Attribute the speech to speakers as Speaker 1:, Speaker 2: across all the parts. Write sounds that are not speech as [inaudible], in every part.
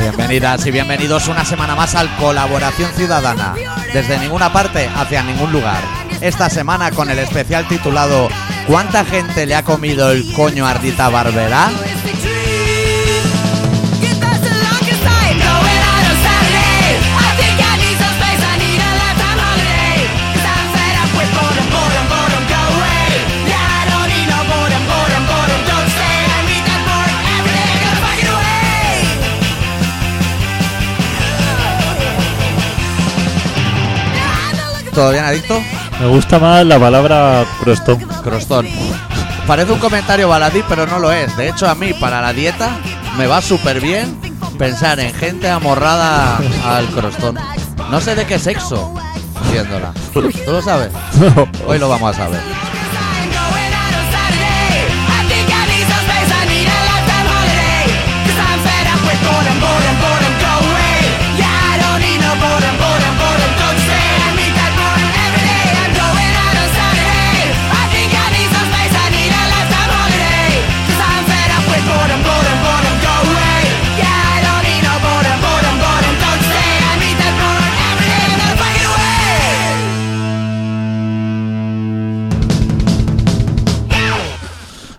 Speaker 1: bienvenidas y bienvenidos una semana más al Colaboración Ciudadana. Desde ninguna parte hacia ningún lugar. Esta semana con el especial titulado ¿Cuánta gente le ha comido el coño a Ardita Barberá? ¿Todo bien, adicto?
Speaker 2: Me gusta más la palabra prostón.
Speaker 1: Crostón. Parece un comentario baladí, pero no lo es. De hecho, a mí, para la dieta, me va súper bien pensar en gente amorrada al crostón. No sé de qué sexo, viéndola. ¿Tú lo sabes? Hoy lo vamos a saber.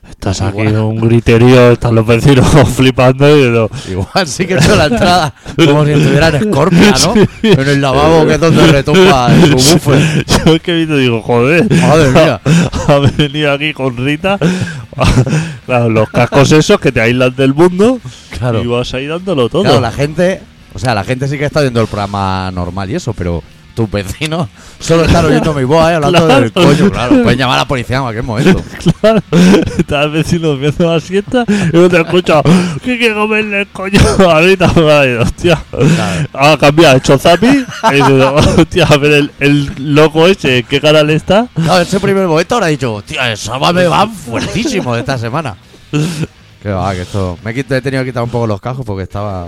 Speaker 2: Estás
Speaker 1: Igual.
Speaker 2: aquí un griterío, están los vecinos [laughs] flipando y yo,
Speaker 1: Igual sí que he hecho la entrada como si estuviera en Scorpia, ¿no? En el lavabo que es donde retumba el subwoofer.
Speaker 2: Yo es que he visto y digo, joder, [laughs]
Speaker 1: Madre mía.
Speaker 2: ha venido aquí con Rita, [laughs] claro, los cascos esos que te aíslan del mundo y
Speaker 1: Claro.
Speaker 2: vas ahí dándolo todo. [laughs]
Speaker 1: Claro, la gente, o sea, la gente sí que está viendo el programa normal y eso, pero tus vecinos solo están oyendo mi voz, ¿eh? hablando
Speaker 2: Claro.
Speaker 1: del coño, claro. Pueden llamar a la policía en cualquier momento.
Speaker 2: Claro, estás vecino viendo la siesta y no te escucha. ¿Qué quiere comerle el coño? [laughs] Ahorita me va a ir, hostia.
Speaker 1: Claro.
Speaker 2: Ha cambiado, ha hecho zapi. y dice, hostia, a ver el, el loco ese, ¿en ¿qué canal está?
Speaker 1: Claro, ese primer momento ahora he dicho, hostia, el sábado me van fuertísimo de esta semana. Que va, que esto. Me he, quit- he tenido que quitar un poco los cajos porque estaba.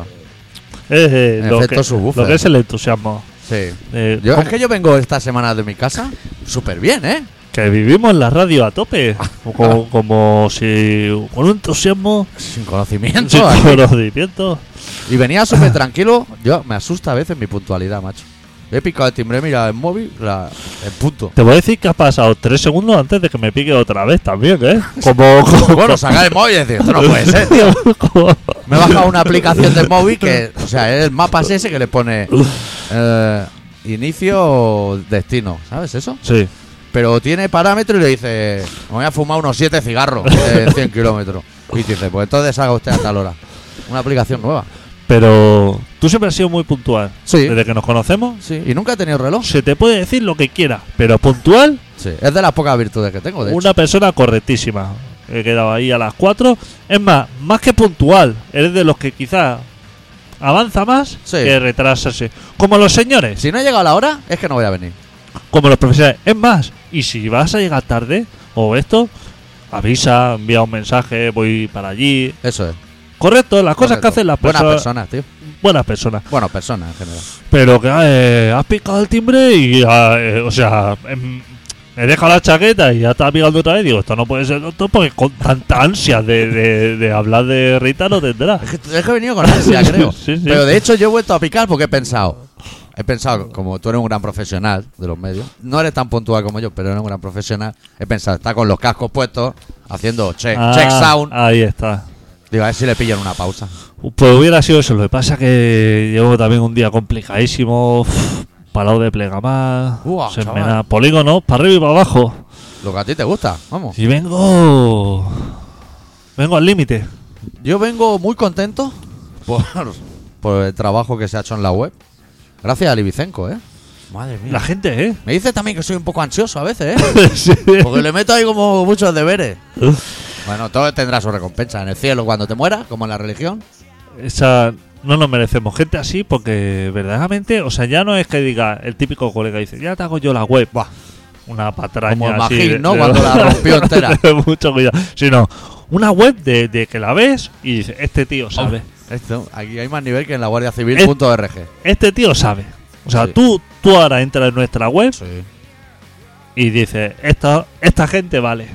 Speaker 2: Es, eh,
Speaker 1: En
Speaker 2: lo,
Speaker 1: efecto,
Speaker 2: que,
Speaker 1: subwoofer.
Speaker 2: lo que es el entusiasmo.
Speaker 1: Sí.
Speaker 2: Eh,
Speaker 1: Yo, es
Speaker 2: ¿cómo?
Speaker 1: que yo vengo esta semana de mi casa súper bien, ¿eh?
Speaker 2: que vivimos en la radio
Speaker 1: [laughs]
Speaker 2: a tope. Como, como si. con
Speaker 1: [laughs]
Speaker 2: un entusiasmo.
Speaker 1: Sin conocimiento.
Speaker 2: Sin [laughs]
Speaker 1: así.
Speaker 2: conocimiento.
Speaker 1: [laughs] Y venía súper tranquilo. Yo me asusta a veces mi puntualidad, macho. He picado el timbre, mira el móvil, la, el
Speaker 2: [laughs]
Speaker 1: punto.
Speaker 2: Te voy a decir que ha pasado tres segundos antes de que me pique otra vez también,
Speaker 1: [laughs]
Speaker 2: ¿eh? Como. como
Speaker 1: Bueno, sacar el móvil y decir, esto no
Speaker 2: [laughs]
Speaker 1: puede ser.
Speaker 2: como-
Speaker 1: Me he bajado una aplicación del móvil que, o sea, el mapa es ese que le pone eh, inicio, destino, ¿sabes eso?
Speaker 2: Sí.
Speaker 1: Pero tiene parámetro y le dice, me voy a fumar unos 7 cigarros de 100 kilómetros. Y te dice, pues entonces salga usted a tal hora. Una aplicación nueva.
Speaker 2: Pero tú siempre has sido muy puntual.
Speaker 1: Sí.
Speaker 2: Desde que nos conocemos,
Speaker 1: Sí. Y nunca he tenido reloj.
Speaker 2: se te puede decir lo que quieras, pero puntual,
Speaker 1: Sí. Es de las pocas virtudes que tengo, de hecho.
Speaker 2: una persona correctísima. He quedado ahí a las 4. Es más, más que puntual, eres de los que quizás avanza más
Speaker 1: Sí.
Speaker 2: que retrasarse. Como los señores,
Speaker 1: Si no he llegado a la hora, es que no voy a venir.
Speaker 2: como los profesionales. Es más, y si vas a llegar tarde o esto, avisa, envía un mensaje, voy para allí.
Speaker 1: Eso es.
Speaker 2: Correcto, las cosas que
Speaker 1: Correcto.
Speaker 2: hacen las
Speaker 1: Buenas
Speaker 2: personas.
Speaker 1: personas, tío.
Speaker 2: Buenas personas.
Speaker 1: Bueno, personas en general.
Speaker 2: Pero que eh, has picado el timbre y, ah, eh, o sea, em, he dejado la chaqueta y ya estaba picando otra vez. Digo, esto no puede ser tonto porque con tanta ansia de, de- de hablar de Rita no tendrá.
Speaker 1: Es que, es que he venido
Speaker 2: [laughs]
Speaker 1: con ansia, creo.
Speaker 2: Sí, sí.
Speaker 1: Pero de hecho yo he vuelto a picar porque he pensado. He pensado, como tú eres un gran profesional de los medios, no eres tan puntual como yo, pero eres un gran profesional. He pensado, está con los cascos puestos, haciendo check,
Speaker 2: Ah,
Speaker 1: check sound.
Speaker 2: Ahí está.
Speaker 1: Digo, a ver si le pillan una pausa.
Speaker 2: Pues hubiera sido eso. Lo que pasa que llevo también un día complicadísimo. uf, palado de plegamar.
Speaker 1: Buah,
Speaker 2: Semena-
Speaker 1: chaval.
Speaker 2: Polígono, para arriba y para abajo.
Speaker 1: Lo que a ti te gusta, vamos.
Speaker 2: Y vengo. Vengo al límite.
Speaker 1: Yo vengo muy contento por, por el trabajo que se ha hecho en la web. Gracias a Libicenco, ¿eh? Madre mía.
Speaker 2: La gente, ¿eh? [laughs]
Speaker 1: Me dice también que soy un poco ansioso a veces, ¿eh? Porque le meto ahí como muchos deberes. Bueno, todo tendrá su recompensa en el cielo cuando te mueras, como en la religión.
Speaker 2: Esa no nos merecemos gente así porque verdaderamente, o sea, ya no es que diga el típico colega dice, ya te hago yo la web,
Speaker 1: Buah.
Speaker 2: una patraña
Speaker 1: Como el
Speaker 2: así
Speaker 1: Magín,
Speaker 2: de-
Speaker 1: ¿no?
Speaker 2: de-
Speaker 1: Cuando la rompió entera.
Speaker 2: [laughs] de mucho cuidado, sino una web de, de que la ves y dices, este tío sabe,
Speaker 1: Esto, aquí hay más nivel que en la Guardia
Speaker 2: Eh.
Speaker 1: Civil.org.
Speaker 2: este tío sabe. O sea,
Speaker 1: Sí.
Speaker 2: tú, tú ahora entras en nuestra web
Speaker 1: Sí.
Speaker 2: y dices, esta, esta gente vale.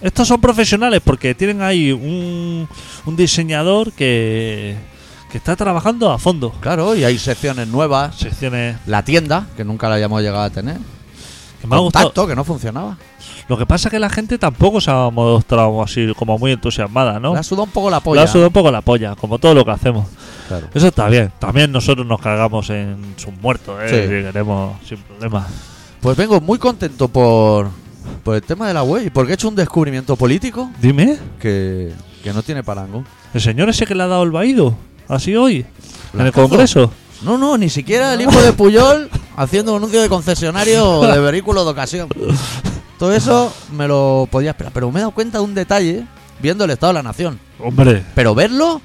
Speaker 2: Estos son profesionales porque tienen ahí un, un diseñador que, que está trabajando a fondo.
Speaker 1: Claro, y hay secciones nuevas.
Speaker 2: Secciones
Speaker 1: La tienda, que nunca la hayamos llegado a tener.
Speaker 2: que me ha gustado.
Speaker 1: Contacto, que no funcionaba.
Speaker 2: Lo que pasa es que la gente tampoco se ha mostrado así como muy entusiasmada, ¿no?
Speaker 1: Le ha sudado un poco la
Speaker 2: Le
Speaker 1: polla.
Speaker 2: ha sudado un poco la polla, como todo lo que hacemos.
Speaker 1: Claro.
Speaker 2: Eso está bien. También nosotros nos cagamos en sus muertos, ¿eh?
Speaker 1: Sí.
Speaker 2: Si queremos, sin problema.
Speaker 1: Pues vengo muy contento por, por el tema de la web y porque he hecho un descubrimiento político
Speaker 2: Dime,
Speaker 1: que, que no tiene parangón.
Speaker 2: ¿el señor ese que le ha dado el vaído? ¿Así hoy? ¿En el
Speaker 1: Blancazo.
Speaker 2: Congreso?
Speaker 1: No, no, ni siquiera el hijo de Puyol haciendo un anuncio de concesionario de vehículos de ocasión. Todo eso me lo podía esperar. Pero me he dado cuenta de un detalle viendo el Estado de la Nación.
Speaker 2: Hombre,
Speaker 1: Pero verlo,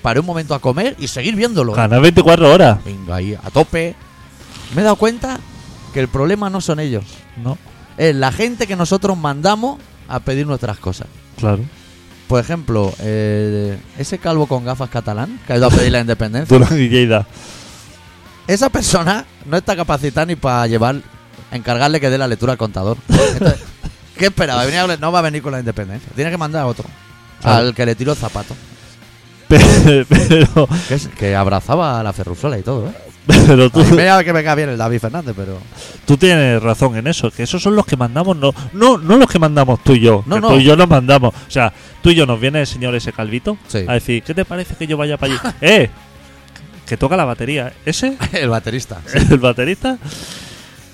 Speaker 1: paré un momento a comer y seguir viéndolo.
Speaker 2: ganas 24 horas.
Speaker 1: Venga ahí, a tope. Me he dado cuenta que el problema no son ellos.
Speaker 2: No,
Speaker 1: Es la gente que nosotros mandamos a pedir nuestras cosas. [laughs]
Speaker 2: claro.
Speaker 1: Por ejemplo, eh, ese calvo con gafas catalán que ha ido a pedir la [laughs] independencia.
Speaker 2: Durán y Lleida.
Speaker 1: Esa persona no está capacitada ni para llevar, encargarle que dé la lectura al contador. Entonces, ¿Qué esperaba? Venía a hablar- no va a venir con la independencia. Tiene que mandar a otro.
Speaker 2: Claro.
Speaker 1: Al que le tiró el zapato.
Speaker 2: Pero, [laughs] pero,
Speaker 1: Que, es- que abrazaba a la ferrusola y todo, ¿eh? [laughs]
Speaker 2: pero
Speaker 1: A
Speaker 2: tú,
Speaker 1: mí me da que me cae bien el David Fernández, pero.
Speaker 2: tú tienes razón en eso, que esos son los que mandamos, no, no, no los que mandamos tú y yo,
Speaker 1: No,
Speaker 2: que
Speaker 1: no.
Speaker 2: tú y yo nos mandamos. O sea, tú y yo nos viene el señor ese calvito
Speaker 1: Sí.
Speaker 2: a decir, ¿qué te parece que yo vaya para allí? [laughs] ¡Eh! Que toca la batería. Ese,
Speaker 1: [laughs]
Speaker 2: [laughs]
Speaker 1: El baterista.
Speaker 2: el baterista,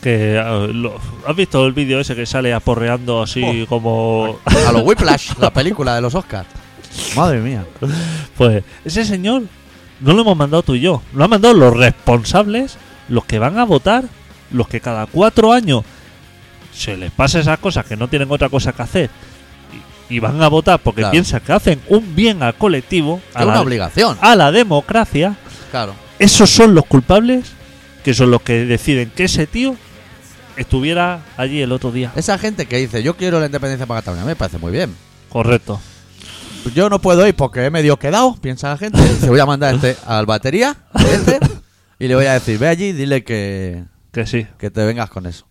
Speaker 2: que eh, lo- has visto el vídeo ese que sale aporreando
Speaker 1: Oh.
Speaker 2: así como...
Speaker 1: A los Whiplash, la película de los Oscars. Madre mía.
Speaker 2: Pues ese señor no lo hemos mandado tú y yo, lo han mandado los responsables, los que van a votar, los que cada cuatro años se les pasa esas cosas que no tienen otra cosa que hacer y, y van a votar porque
Speaker 1: Claro.
Speaker 2: piensan que hacen un bien al colectivo, a
Speaker 1: Es una
Speaker 2: la,
Speaker 1: obligación.
Speaker 2: a la democracia,
Speaker 1: Claro.
Speaker 2: esos son los culpables que son los que deciden que ese tío estuviera allí el otro día.
Speaker 1: Esa gente que dice, yo quiero la independencia para Cataluña, me parece muy bien.
Speaker 2: Correcto.
Speaker 1: Yo no puedo ir porque he medio quedado, piensa la gente. Se voy a mandar este al batería, este, y le voy a decir, ve allí y dile que,
Speaker 2: Que sí.
Speaker 1: que te vengas con eso.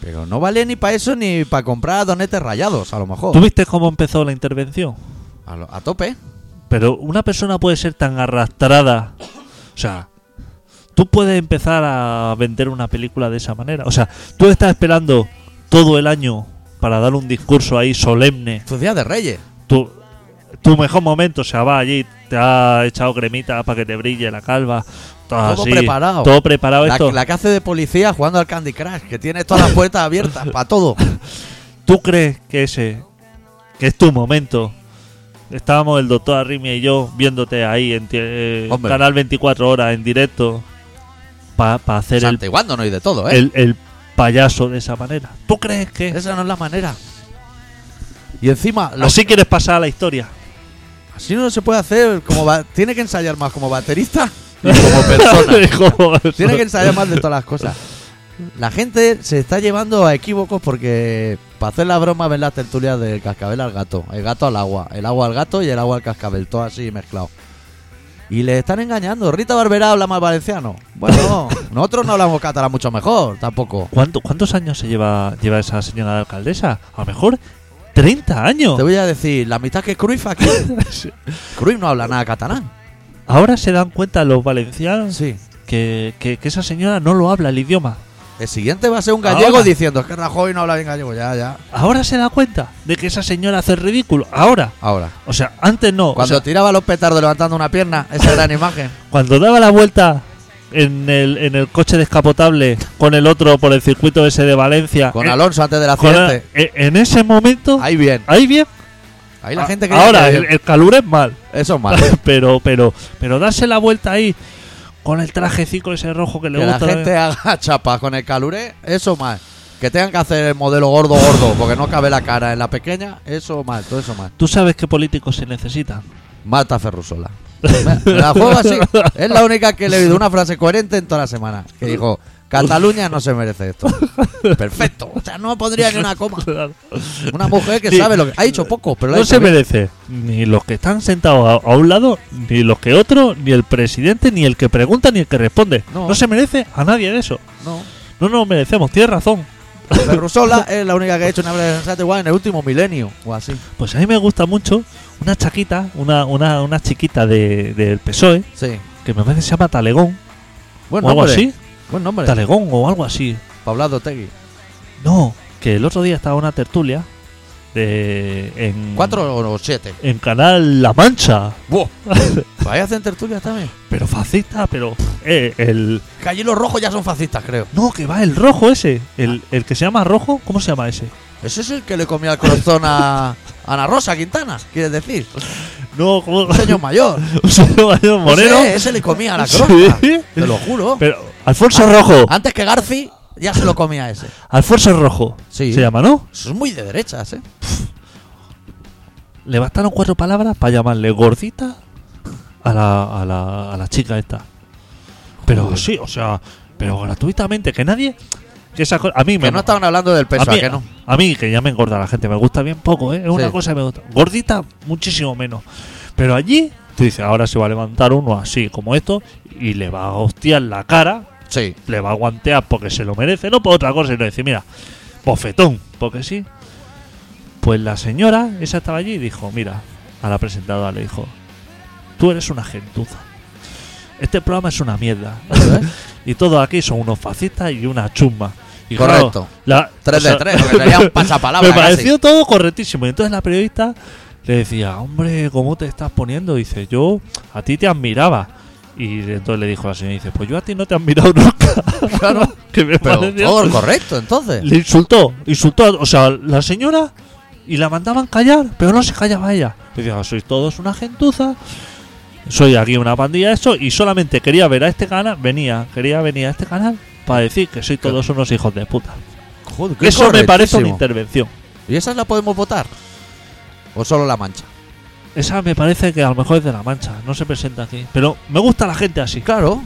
Speaker 1: Pero no vale ni para eso ni para comprar donetes rayados, a lo
Speaker 2: ¿Tú
Speaker 1: mejor.
Speaker 2: viste cómo empezó la intervención?
Speaker 1: A, lo- a tope.
Speaker 2: Pero una persona puede ser tan arrastrada. O sea, tú puedes empezar a vender una película de esa manera. O sea, tú estás esperando todo el año para dar un discurso ahí solemne.
Speaker 1: Tu día de Reyes.
Speaker 2: Tu, tu mejor momento, o sea, va allí, te ha echado cremita para que te brille la calva. Todo,
Speaker 1: Todo
Speaker 2: así,
Speaker 1: preparado.
Speaker 2: Todo preparado
Speaker 1: La,
Speaker 2: esto.
Speaker 1: la que hace de policía jugando al Candy Crush, que tiene todas las puertas abiertas para
Speaker 2: [laughs]
Speaker 1: todo.
Speaker 2: ¿Tú crees que ese, que es tu momento? Estábamos el doctor Arrimia y yo viéndote ahí en ti- eh,
Speaker 1: Hombre.
Speaker 2: Canal 24 Horas en directo para hacer el,
Speaker 1: Santiguándonos y de todo, ¿eh?
Speaker 2: el, el payaso de esa manera. ¿Tú crees que
Speaker 1: Esa no es la manera. Y encima, lo-
Speaker 2: así quieres pasar a la historia?
Speaker 1: así no se puede hacer. Como ba- tiene que ensayar más como baterista
Speaker 2: [laughs]
Speaker 1: y como persona.
Speaker 2: Como persona.
Speaker 1: Pues tiene que
Speaker 2: [laughs]
Speaker 1: ensayar más de todas las cosas. La gente se está llevando a equívocos porque para hacer la broma ven las tertulias del cascabel al gato, el gato al agua, el agua al gato y el agua al cascabel, todo así mezclado. Y le están engañando. Rita Barberá habla más valenciano.
Speaker 2: [laughs]
Speaker 1: Bueno, nosotros no hablamos catalán mucho mejor, tampoco.
Speaker 2: ¿Cuánto- ¿Cuántos años se lleva, lleva esa señora alcaldesa? A lo mejor 30 años.
Speaker 1: Te voy a decir, la mitad que Cruyff
Speaker 2: [laughs]
Speaker 1: aquí.
Speaker 2: Sí.
Speaker 1: Cruyff no habla nada catalán.
Speaker 2: Ahora se dan cuenta los valencianos
Speaker 1: Sí.
Speaker 2: que, que- que esa señora no lo habla el idioma.
Speaker 1: El siguiente va a ser un gallego
Speaker 2: Ahora.
Speaker 1: diciendo es que Rajoy no habla bien gallego, ya, ya.
Speaker 2: Ahora se da cuenta de que esa señora hace el ridículo. Ahora.
Speaker 1: Ahora.
Speaker 2: O sea, antes no. O
Speaker 1: Cuando
Speaker 2: sea,
Speaker 1: tiraba los petardos levantando una pierna, esa gran imagen.
Speaker 2: cuando daba la vuelta en el, en el coche descapotable con el otro por el circuito ese de Valencia.
Speaker 1: Con
Speaker 2: eh,
Speaker 1: Alonso antes del
Speaker 2: con la-
Speaker 1: accidente.
Speaker 2: eh, en ese momento.
Speaker 1: Ahí bien.
Speaker 2: Ahí bien.
Speaker 1: Ahí la
Speaker 2: A-
Speaker 1: gente que.
Speaker 2: Ah, Ahora,
Speaker 1: que-
Speaker 2: el, el calor es mal.
Speaker 1: Eso es
Speaker 2: [laughs]
Speaker 1: malo.
Speaker 2: pero, pero, pero darse la vuelta ahí con el trajecico ese rojo que le
Speaker 1: que la
Speaker 2: gusta. eh.
Speaker 1: gente haga [laughs] chapas con el caluré, eso mal. Que tengan que hacer el modelo gordo, gordo, porque no cabe la cara en la pequeña, eso mal, todo eso mal.
Speaker 2: Tú sabes qué políticos se necesitan.
Speaker 1: Mata a Ferrusola. Me- me la juego así. Es la única que le he oído una frase coherente en toda la semana. Que dijo, Cataluña no se merece esto. Perfecto. O sea, no pondría ni una coma. Una mujer que
Speaker 2: Sí.
Speaker 1: sabe lo que... Ha dicho poco, pero lo ha
Speaker 2: no
Speaker 1: dicho
Speaker 2: se
Speaker 1: bien.
Speaker 2: merece ni los que están sentados a, a un lado, ni los que otro, ni el presidente, ni el que pregunta, ni el que responde. No,
Speaker 1: No.
Speaker 2: se merece a nadie de eso.
Speaker 1: No.
Speaker 2: No nos lo merecemos, tienes razón.
Speaker 1: Ferrusola es la única que ha hecho una frase sensata igual en el último milenio o así.
Speaker 2: Pues a mí me gusta mucho una chaquita, una, una, una chiquita de- del PSOE,
Speaker 1: Sí.
Speaker 2: E, que me parece se llama Talegón,
Speaker 1: Buen
Speaker 2: o algo
Speaker 1: nombre.
Speaker 2: así.
Speaker 1: Buen nombre.
Speaker 2: Talegón o algo así.
Speaker 1: Pablado Tegui.
Speaker 2: No, que el otro día estaba en una tertulia de, en,
Speaker 1: ¿Cuatro o siete?
Speaker 2: en Canal La Mancha, [laughs]
Speaker 1: ¡Buah! Ahí hacen tertulias también.
Speaker 2: pero fascista, pero eh, el
Speaker 1: Que allí los rojos ya son fascistas, creo.
Speaker 2: no que va el rojo ese, el, el que se llama rojo, ¿cómo se llama ese?
Speaker 1: Ese es el que le comía el corazón a a Ana Rosa Quintana, ¿quieres decir?
Speaker 2: No, ¿cómo? [laughs]
Speaker 1: Un señor mayor.
Speaker 2: un señor mayor moreno.
Speaker 1: Ese, ese le comía a la
Speaker 2: Sí.
Speaker 1: crosta. Te lo juro.
Speaker 2: Pero Alfonso Rojo,
Speaker 1: Antes que Garci, ya se lo comía ese.
Speaker 2: Alfonso Rojo,
Speaker 1: Sí.
Speaker 2: se llama, ¿no?
Speaker 1: Eso es muy de derechas, ¿eh?
Speaker 2: Le bastaron cuatro palabras para llamarle gordita a la, a la, a la chica esta. Pero
Speaker 1: Joder.
Speaker 2: sí, o sea, pero gratuitamente, que nadie. Que esas cosas- a mí me.
Speaker 1: Que no estaban hablando del peso,
Speaker 2: a,
Speaker 1: ¿a
Speaker 2: mí,
Speaker 1: que no?
Speaker 2: a mí, que ya me engorda la gente, me gusta bien poco, ¿eh? Es una
Speaker 1: Sí.
Speaker 2: cosa que me gusta. Gordita, muchísimo menos. Pero allí, tú dices, ahora se va a levantar uno así como esto y le va a hostiar la cara
Speaker 1: Sí.
Speaker 2: le va a guantear porque se lo merece, no por otra cosa, y le dice, mira, bofetón, porque sí. Pues la señora, esa estaba allí, y dijo, mira, a la presentadora le dijo, tú eres una gentuza. Este programa es una mierda.
Speaker 1: Eso es.
Speaker 2: [laughs] y todos aquí son unos fascistas y una chumba. Y
Speaker 1: Correcto.
Speaker 2: claro, la-
Speaker 1: Tres de
Speaker 2: o sea,
Speaker 1: tres,
Speaker 2: [laughs]
Speaker 1: porque sería un pasapalabra.
Speaker 2: me
Speaker 1: casi.
Speaker 2: pareció todo correctísimo. Y entonces la periodista le decía, hombre, ¿cómo te estás poniendo? Dice, yo a ti te admiraba. Y entonces le dijo a la señora, dice, pues yo a ti no te he admirado [laughs] nunca.
Speaker 1: Claro.
Speaker 2: que [laughs] me
Speaker 1: Pero
Speaker 2: pareció-
Speaker 1: todo correcto, entonces.
Speaker 2: Le insultó, insultó, a- o sea, la señora y la mandaban callar, pero no se callaba ella. Decía, "Ah, sois todos una gentuza, soy aquí una pandilla de eso, y solamente quería ver a este canal, venía, quería venir a este canal para decir que sois todos unos hijos de puta.
Speaker 1: Joder, qué
Speaker 2: Eso me parece una
Speaker 1: correctísimo.
Speaker 2: intervención.
Speaker 1: ¿Y esas la podemos votar? ¿O solo la mancha?
Speaker 2: Esa me parece que a lo mejor es de la mancha, no se presenta aquí. Pero me gusta la gente
Speaker 1: [laughs]
Speaker 2: así.
Speaker 1: Claro.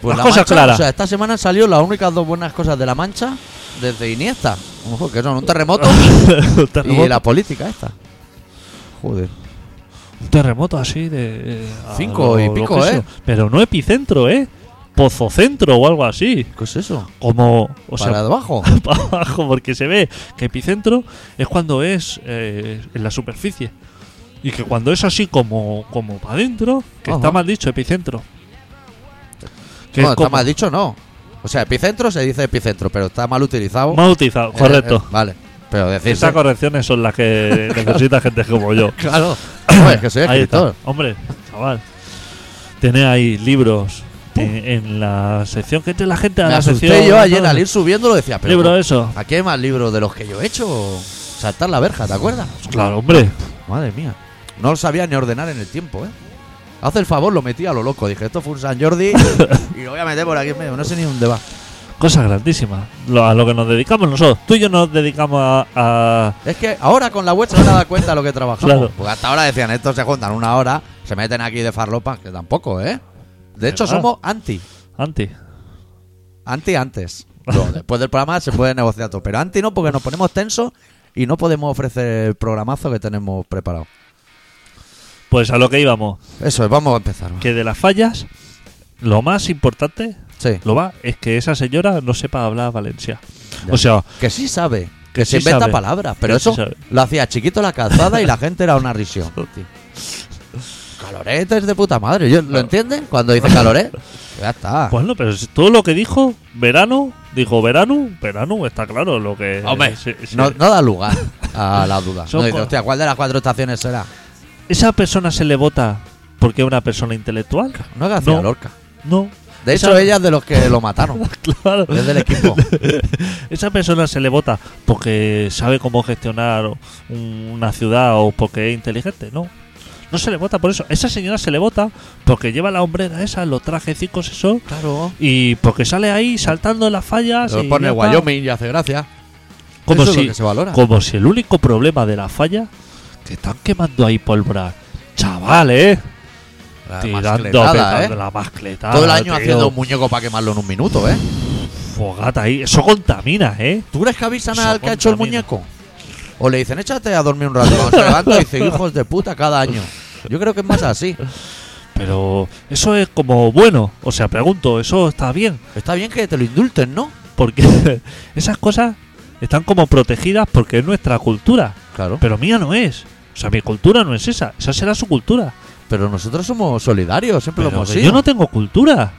Speaker 1: Pues
Speaker 2: Las
Speaker 1: la
Speaker 2: cosas
Speaker 1: Mancha,
Speaker 2: claras.
Speaker 1: O sea, esta semana salió las únicas dos buenas cosas de la mancha desde Iniesta. Ojo, que son un terremoto
Speaker 2: [laughs] Un terremoto,
Speaker 1: y la política esta. Joder.
Speaker 2: un terremoto así de. eh, a
Speaker 1: Cinco y pico,
Speaker 2: que sea.
Speaker 1: ¿eh?
Speaker 2: Pero no epicentro, ¿eh? Pozocentro o algo así.
Speaker 1: ¿Qué es eso?
Speaker 2: Como. O sea,
Speaker 1: Para abajo.
Speaker 2: para abajo, porque se ve que epicentro es cuando es eh, en la superficie. Y que cuando es así como, como para adentro, que
Speaker 1: Ajá.
Speaker 2: está mal dicho, epicentro. [laughs] Que
Speaker 1: Bueno,
Speaker 2: es
Speaker 1: está
Speaker 2: como
Speaker 1: mal dicho, no. O sea, epicentro se dice epicentro, pero está mal utilizado.
Speaker 2: mal utilizado,
Speaker 1: Eh,
Speaker 2: correcto.
Speaker 1: eh, vale. Pero decir.
Speaker 2: Esas correcciones son las que [laughs] necesita gente como yo. [clears throat]
Speaker 1: Claro. Joder, que soy
Speaker 2: Ahí
Speaker 1: escritor.
Speaker 2: está. Hombre, chaval. Tenéis ahí libros en, en la sección que entre la gente a
Speaker 1: Me
Speaker 2: la
Speaker 1: asusté
Speaker 2: sección.
Speaker 1: yo ayer al ir subiendo lo decía, pero.
Speaker 2: Libro eso.
Speaker 1: Aquí hay más libros de los que yo he hecho. Saltar la verja, ¿te acuerdas?
Speaker 2: Claro, hombre.
Speaker 1: Madre mía. No lo sabía ni ordenar en el tiempo, ¿eh? Hace el favor, lo metí a lo loco. Dije, esto fue un San Jordi
Speaker 2: [laughs]
Speaker 1: y lo voy a meter por aquí en medio. No sé ni dónde va.
Speaker 2: Cosas grandísimas. Lo- a lo que nos dedicamos nosotros. Tú y yo nos dedicamos a. a-
Speaker 1: Es que ahora con la web se van a dar cuenta de lo que trabajamos.
Speaker 2: Claro.
Speaker 1: Porque hasta ahora decían, estos se juntan una hora, se meten aquí de farlopa, que tampoco, ¿eh? De hecho,
Speaker 2: ¿Verdad?
Speaker 1: somos anti.
Speaker 2: anti.
Speaker 1: Anti antes.
Speaker 2: [laughs]
Speaker 1: Luego, después del programa se puede negociar todo. Pero anti no, porque nos ponemos tensos y no podemos ofrecer el programazo que tenemos preparado.
Speaker 2: Pues a lo que íbamos.
Speaker 1: Eso es, vamos a empezar.
Speaker 2: Que de las fallas, lo más importante,
Speaker 1: Sí.
Speaker 2: lo va, es que esa señora no sepa hablar valencia.
Speaker 1: Ya.
Speaker 2: O sea,
Speaker 1: Que sí sabe. Que,
Speaker 2: Que
Speaker 1: se
Speaker 2: sí
Speaker 1: inventa
Speaker 2: sabe.
Speaker 1: palabras. Pero
Speaker 2: Que sí
Speaker 1: eso
Speaker 2: sabe.
Speaker 1: lo hacía chiquito la calzada y la gente era una
Speaker 2: [laughs]
Speaker 1: risión. Calorete es de puta madre. Yo- ¿Lo entiendes? Cuando dice caloret, ya está.
Speaker 2: Bueno, pero si todo lo que dijo, verano, dijo verano, verano, está claro lo que.
Speaker 1: Hombre,
Speaker 2: sí, sí.
Speaker 1: No, no da lugar a la duda.
Speaker 2: Son
Speaker 1: No dice,
Speaker 2: cosas-
Speaker 1: hostia, ¿cuál de las cuatro estaciones será?
Speaker 2: ¿Esa persona se le vota porque es una persona intelectual?
Speaker 1: No que hacía
Speaker 2: No.
Speaker 1: Lorca.
Speaker 2: No, [laughs]
Speaker 1: De hecho,
Speaker 2: Esa-
Speaker 1: ella es de los que lo mataron.
Speaker 2: claro.
Speaker 1: Es del
Speaker 2: [laughs]
Speaker 1: equipo.
Speaker 2: ¿Esa persona se le vota porque sabe cómo gestionar un- una ciudad o porque es inteligente? No. No se le vota por eso. Esa señora se le vota porque lleva la hombrera esa, los trajecicos eso.
Speaker 1: Claro.
Speaker 2: Y porque sale ahí saltando las fallas.
Speaker 1: Lo
Speaker 2: y
Speaker 1: pone
Speaker 2: ya está.
Speaker 1: Wyoming y hace gracia.
Speaker 2: Como
Speaker 1: Eso
Speaker 2: si-
Speaker 1: es lo que se valora.
Speaker 2: Como si el único problema de la falla que están quemando ahí pólvora. Chavales,
Speaker 1: La
Speaker 2: eh. tirando
Speaker 1: mascletada,
Speaker 2: petardos,
Speaker 1: ¿eh?
Speaker 2: la mascletada.
Speaker 1: Todo el año
Speaker 2: tío.
Speaker 1: haciendo un muñeco para quemarlo en un minuto, ¿eh?
Speaker 2: fogata ahí. Eso contamina, ¿eh?
Speaker 1: ¿Tú crees que avisan
Speaker 2: Eso
Speaker 1: al que ha hecho el
Speaker 2: contamina.
Speaker 1: muñeco? O le dicen, échate a dormir un rato. Cuando
Speaker 2: [laughs]
Speaker 1: se levanta, dice, hijos de puta, cada año. Yo creo que es más así.
Speaker 2: Pero eso es como bueno. O sea, pregunto, eso está bien.
Speaker 1: Está bien que te lo indulten, ¿no?
Speaker 2: Porque [laughs] esas cosas están como protegidas porque es nuestra cultura.
Speaker 1: Claro.
Speaker 2: Pero mía no es. O sea, mi cultura no es esa. Esa será su cultura.
Speaker 1: Pero nosotros somos solidarios, siempre lo
Speaker 2: Pero
Speaker 1: hemos
Speaker 2: que
Speaker 1: sido.
Speaker 2: yo no tengo cultura.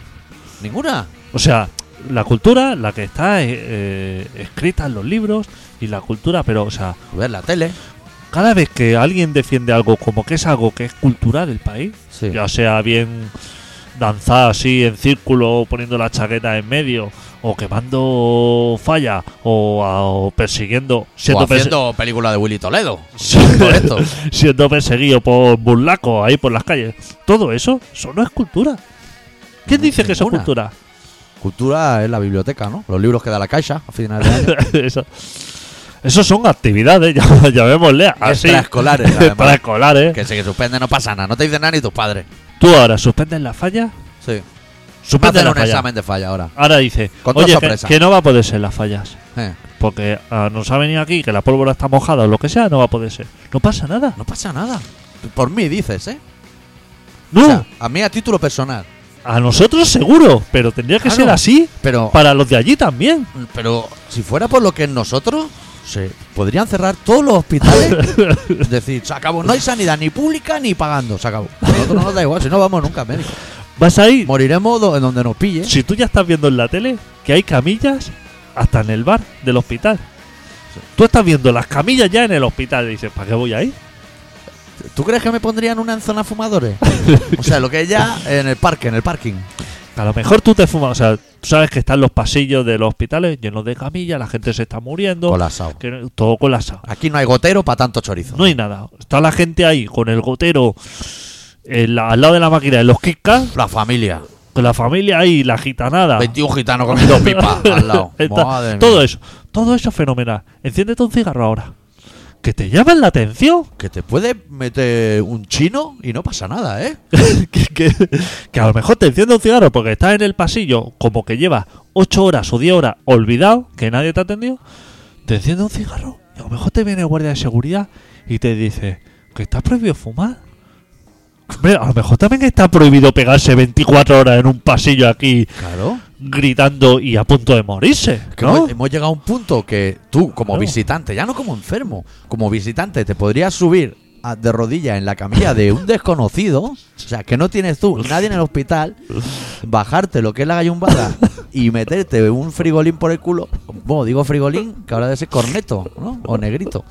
Speaker 1: Ninguna.
Speaker 2: O sea, la cultura, la que está eh, eh, escrita en los libros y la cultura, pero, o sea,
Speaker 1: Ver la tele.
Speaker 2: cada vez que alguien defiende algo como que es algo que es cultural del país,
Speaker 1: Sí.
Speaker 2: ya sea bien danzar así en círculo, o poniendo la chaqueta en medio, o quemando falla, o, a- o persiguiendo,
Speaker 1: O
Speaker 2: siendo, perse-
Speaker 1: haciendo película de Willy
Speaker 2: [laughs]
Speaker 1: Toledo.
Speaker 2: siendo,
Speaker 1: Correcto.
Speaker 2: siendo perseguido por burlacos ahí por las calles, todo eso, eso no es cultura. ¿Quién dice que eso es
Speaker 1: Ninguna.
Speaker 2: cultura?
Speaker 1: Cultura es la biblioteca, ¿no? Los libros que da la caixa a finales de
Speaker 2: [laughs]
Speaker 1: año.
Speaker 2: eso, eso son actividades, [laughs] ya- llamémosle así.
Speaker 1: Extraescolares, además.
Speaker 2: Ah, [laughs] Para escolares.
Speaker 1: que si que suspende no pasa nada. No te dicen nada ni tus padres.
Speaker 2: Tú ahora suspendes la falla.
Speaker 1: Sí.
Speaker 2: Suspendes
Speaker 1: Hacen
Speaker 2: la
Speaker 1: un
Speaker 2: falla.
Speaker 1: examen de falla ahora.
Speaker 2: Ahora dice,
Speaker 1: Con toda
Speaker 2: oye, que,
Speaker 1: sorpresa.
Speaker 2: que no va a poder ser las fallas.
Speaker 1: Eh,
Speaker 2: Porque ah, nos ha venido aquí que la pólvora está mojada o lo que sea, no va a poder ser. No pasa nada.
Speaker 1: No pasa nada. Por mí dices, ¿eh?
Speaker 2: No,
Speaker 1: O sea, a mí a título personal.
Speaker 2: a nosotros seguro, pero tendría que
Speaker 1: Claro.
Speaker 2: ser así
Speaker 1: Pero,
Speaker 2: para los de allí también.
Speaker 1: pero si fuera por lo que es nosotros, se podrían cerrar todos los
Speaker 2: [laughs]
Speaker 1: hospitales. decir, se acabó. No hay sanidad ni pública ni pagando. Se acabó. A Nosotros no nos da igual. Si no vamos nunca al médico.
Speaker 2: Vas ahí,
Speaker 1: Moriremos do- en donde nos pille.
Speaker 2: si tú ya estás viendo en la tele que hay camillas hasta en el bar del hospital. Tú estás viendo las camillas ya en el hospital y dices, ¿para qué voy ahí?
Speaker 1: ¿Tú crees que me pondrían una en zona
Speaker 2: [laughs]
Speaker 1: fumadores? o sea, lo que es ya en el parque, en el parking.
Speaker 2: A lo mejor tú te fumas, o sea, tú sabes que están los pasillos de los hospitales llenos de camillas, la gente se está muriendo,
Speaker 1: Colasao.
Speaker 2: que no- todo colapsado.
Speaker 1: Aquí no hay gotero para tanto chorizo.
Speaker 2: No hay nada. Está la gente ahí con el gotero en la- al lado de la máquina de los Kikas,
Speaker 1: La familia.
Speaker 2: con la familia ahí, la gitanada.
Speaker 1: 21 gitanos comiendo
Speaker 2: [laughs]
Speaker 1: pipa al lado.
Speaker 2: Ah. Está-
Speaker 1: Madre
Speaker 2: todo
Speaker 1: mía.
Speaker 2: eso, todo eso fenomenal. Enciéndete un cigarro ahora. Que te llaman la atención.
Speaker 1: Que te puede meter un chino y no pasa nada, ¿eh?
Speaker 2: que, que- que a lo mejor te enciende un cigarro porque estás en el pasillo, como que llevas 8 horas o 10 horas olvidado, que nadie te ha atendido, te enciende un cigarro y a lo mejor te viene el guardia de seguridad y te dice que está prohibido fumar. Hombre, a lo mejor también está prohibido pegarse 24 horas en un pasillo aquí
Speaker 1: Claro.
Speaker 2: gritando y a punto de morirse,
Speaker 1: Que
Speaker 2: ¿no?
Speaker 1: hemos, hemos llegado a un punto que tú, como
Speaker 2: Claro.
Speaker 1: visitante, ya no como enfermo, como visitante, te podrías subir a- de rodillas en la camilla de un desconocido, o sea, que no tienes tú nadie en el hospital, bajarte lo que es la gallumbada y meterte un frigolín por el culo. Bueno, digo frigolín, que ahora debe ser corneto, ¿no? O negrito.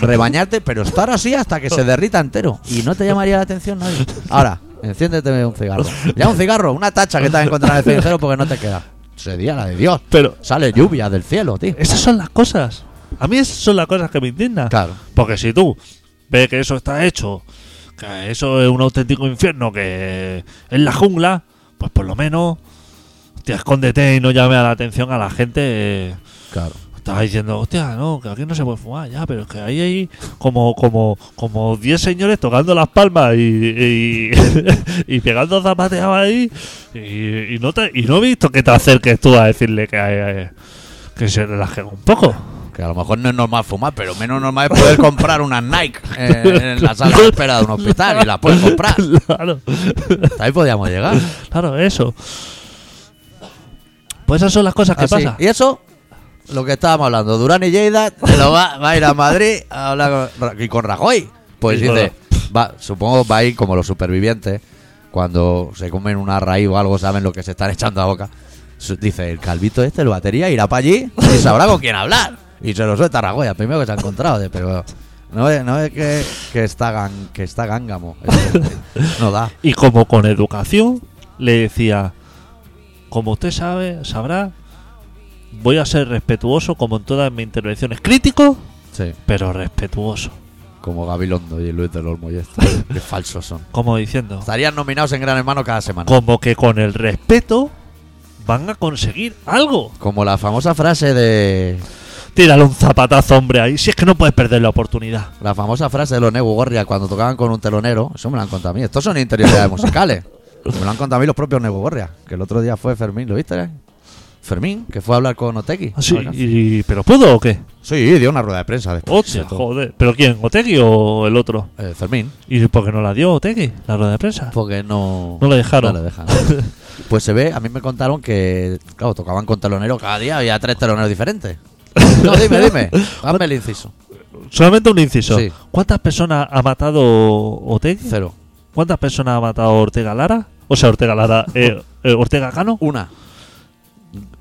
Speaker 1: Rebañarte, pero estar así hasta que se derrita entero y no te llamaría la atención nadie. Ahora, enciéndete un cigarro. Ya un cigarro, una tacha que te vas a encontrar en el cenicero porque no te queda. Sería la de Dios.
Speaker 2: Pero
Speaker 1: Sale lluvia del cielo, tío.
Speaker 2: esas son las cosas. A mí esas son las cosas que me indignan.
Speaker 1: Claro.
Speaker 2: Porque si tú ves que eso está hecho, que eso es un auténtico infierno, que es la jungla, pues por lo menos, hostia, escóndete y no llame a la atención a la gente. eh,
Speaker 1: Claro.
Speaker 2: Estaba diciendo, hostia, no, que aquí no se puede fumar, ya, pero es que ahí hay como como como 10 señores tocando las palmas y, [laughs] y, y pegando zapateados ahí y, y no te, y no he visto que te acerques tú a decirle que, eh, que se relaje un poco. [laughs]
Speaker 1: Que a lo mejor no es normal fumar, pero menos normal es poder comprar una Nike eh, [laughs] en la sala de espera de un hospital y la puedes [laughs] comprar.
Speaker 2: Claro.
Speaker 1: Hasta ahí podíamos llegar.
Speaker 2: Claro, eso. Pues esas son las cosas que
Speaker 1: Así.
Speaker 2: pasan.
Speaker 1: Y eso, lo que estábamos hablando. Durán y Lleida te lo va, va a ir a Madrid a hablar con, Ra- y con Rajoy. Pues
Speaker 2: Y con
Speaker 1: dice, va, supongo va a ir como los supervivientes, cuando se comen una raíz o algo, saben lo que se están echando a boca. Su- Dice, el calvito este, el batería, irá para allí y sabrá con quién hablar. Y se lo suelta Rajoy, al primero que se ha encontrado. de, Pero no es, no es que, que está gan- que está gángamo. Es- No da.
Speaker 2: Y como con educación, le decía, como usted sabe, sabrá, voy a ser respetuoso como en todas mis intervenciones. Crítico,
Speaker 1: Sí,
Speaker 2: pero respetuoso.
Speaker 1: como Gabilondo y Luis del Olmo y esto. Qué falsos son.
Speaker 2: Como diciendo,
Speaker 1: Estarían nominados en Gran Hermano cada semana.
Speaker 2: como que con el respeto van a conseguir algo.
Speaker 1: Como la famosa frase de.
Speaker 2: Tírale un zapatazo, hombre, ahí. Si es que no puedes perder la oportunidad.
Speaker 1: La famosa frase de los Negu Gorria cuando tocaban con un telonero. Eso me lo han contado a mí. Estos son interioridades musicales. Me lo han contado a mí los propios Negu Gorria. Que el otro día fue Fermín, ¿lo viste? eh? Fermín, que fue a hablar con Oteki.
Speaker 2: Así,
Speaker 1: Oiga.
Speaker 2: Ah, y- ¿Pero puedo o qué?
Speaker 1: Sí, dio una rueda de prensa después.
Speaker 2: Hostia, joder. ¿Pero quién? ¿Otegi o el otro?
Speaker 1: Eh, Fermín,
Speaker 2: ¿Y por qué no la dio Otegi, la rueda de prensa?
Speaker 1: porque no.
Speaker 2: No le dejaron.
Speaker 1: No le
Speaker 2: [laughs]
Speaker 1: dejaron. Pues se ve, a mí me contaron que, claro,
Speaker 2: [laughs]
Speaker 1: tocaban con telonero cada día, había tres teloneros diferentes. No, dime, dime. Hazme el inciso.
Speaker 2: solamente un inciso.
Speaker 1: Sí.
Speaker 2: ¿Cuántas personas ha matado Otegi?
Speaker 1: Cero.
Speaker 2: ¿Cuántas personas ha matado Ortega Lara? O sea,
Speaker 1: [laughs]
Speaker 2: Ortega Lara, eh, eh, Ortega Cano.
Speaker 1: Una.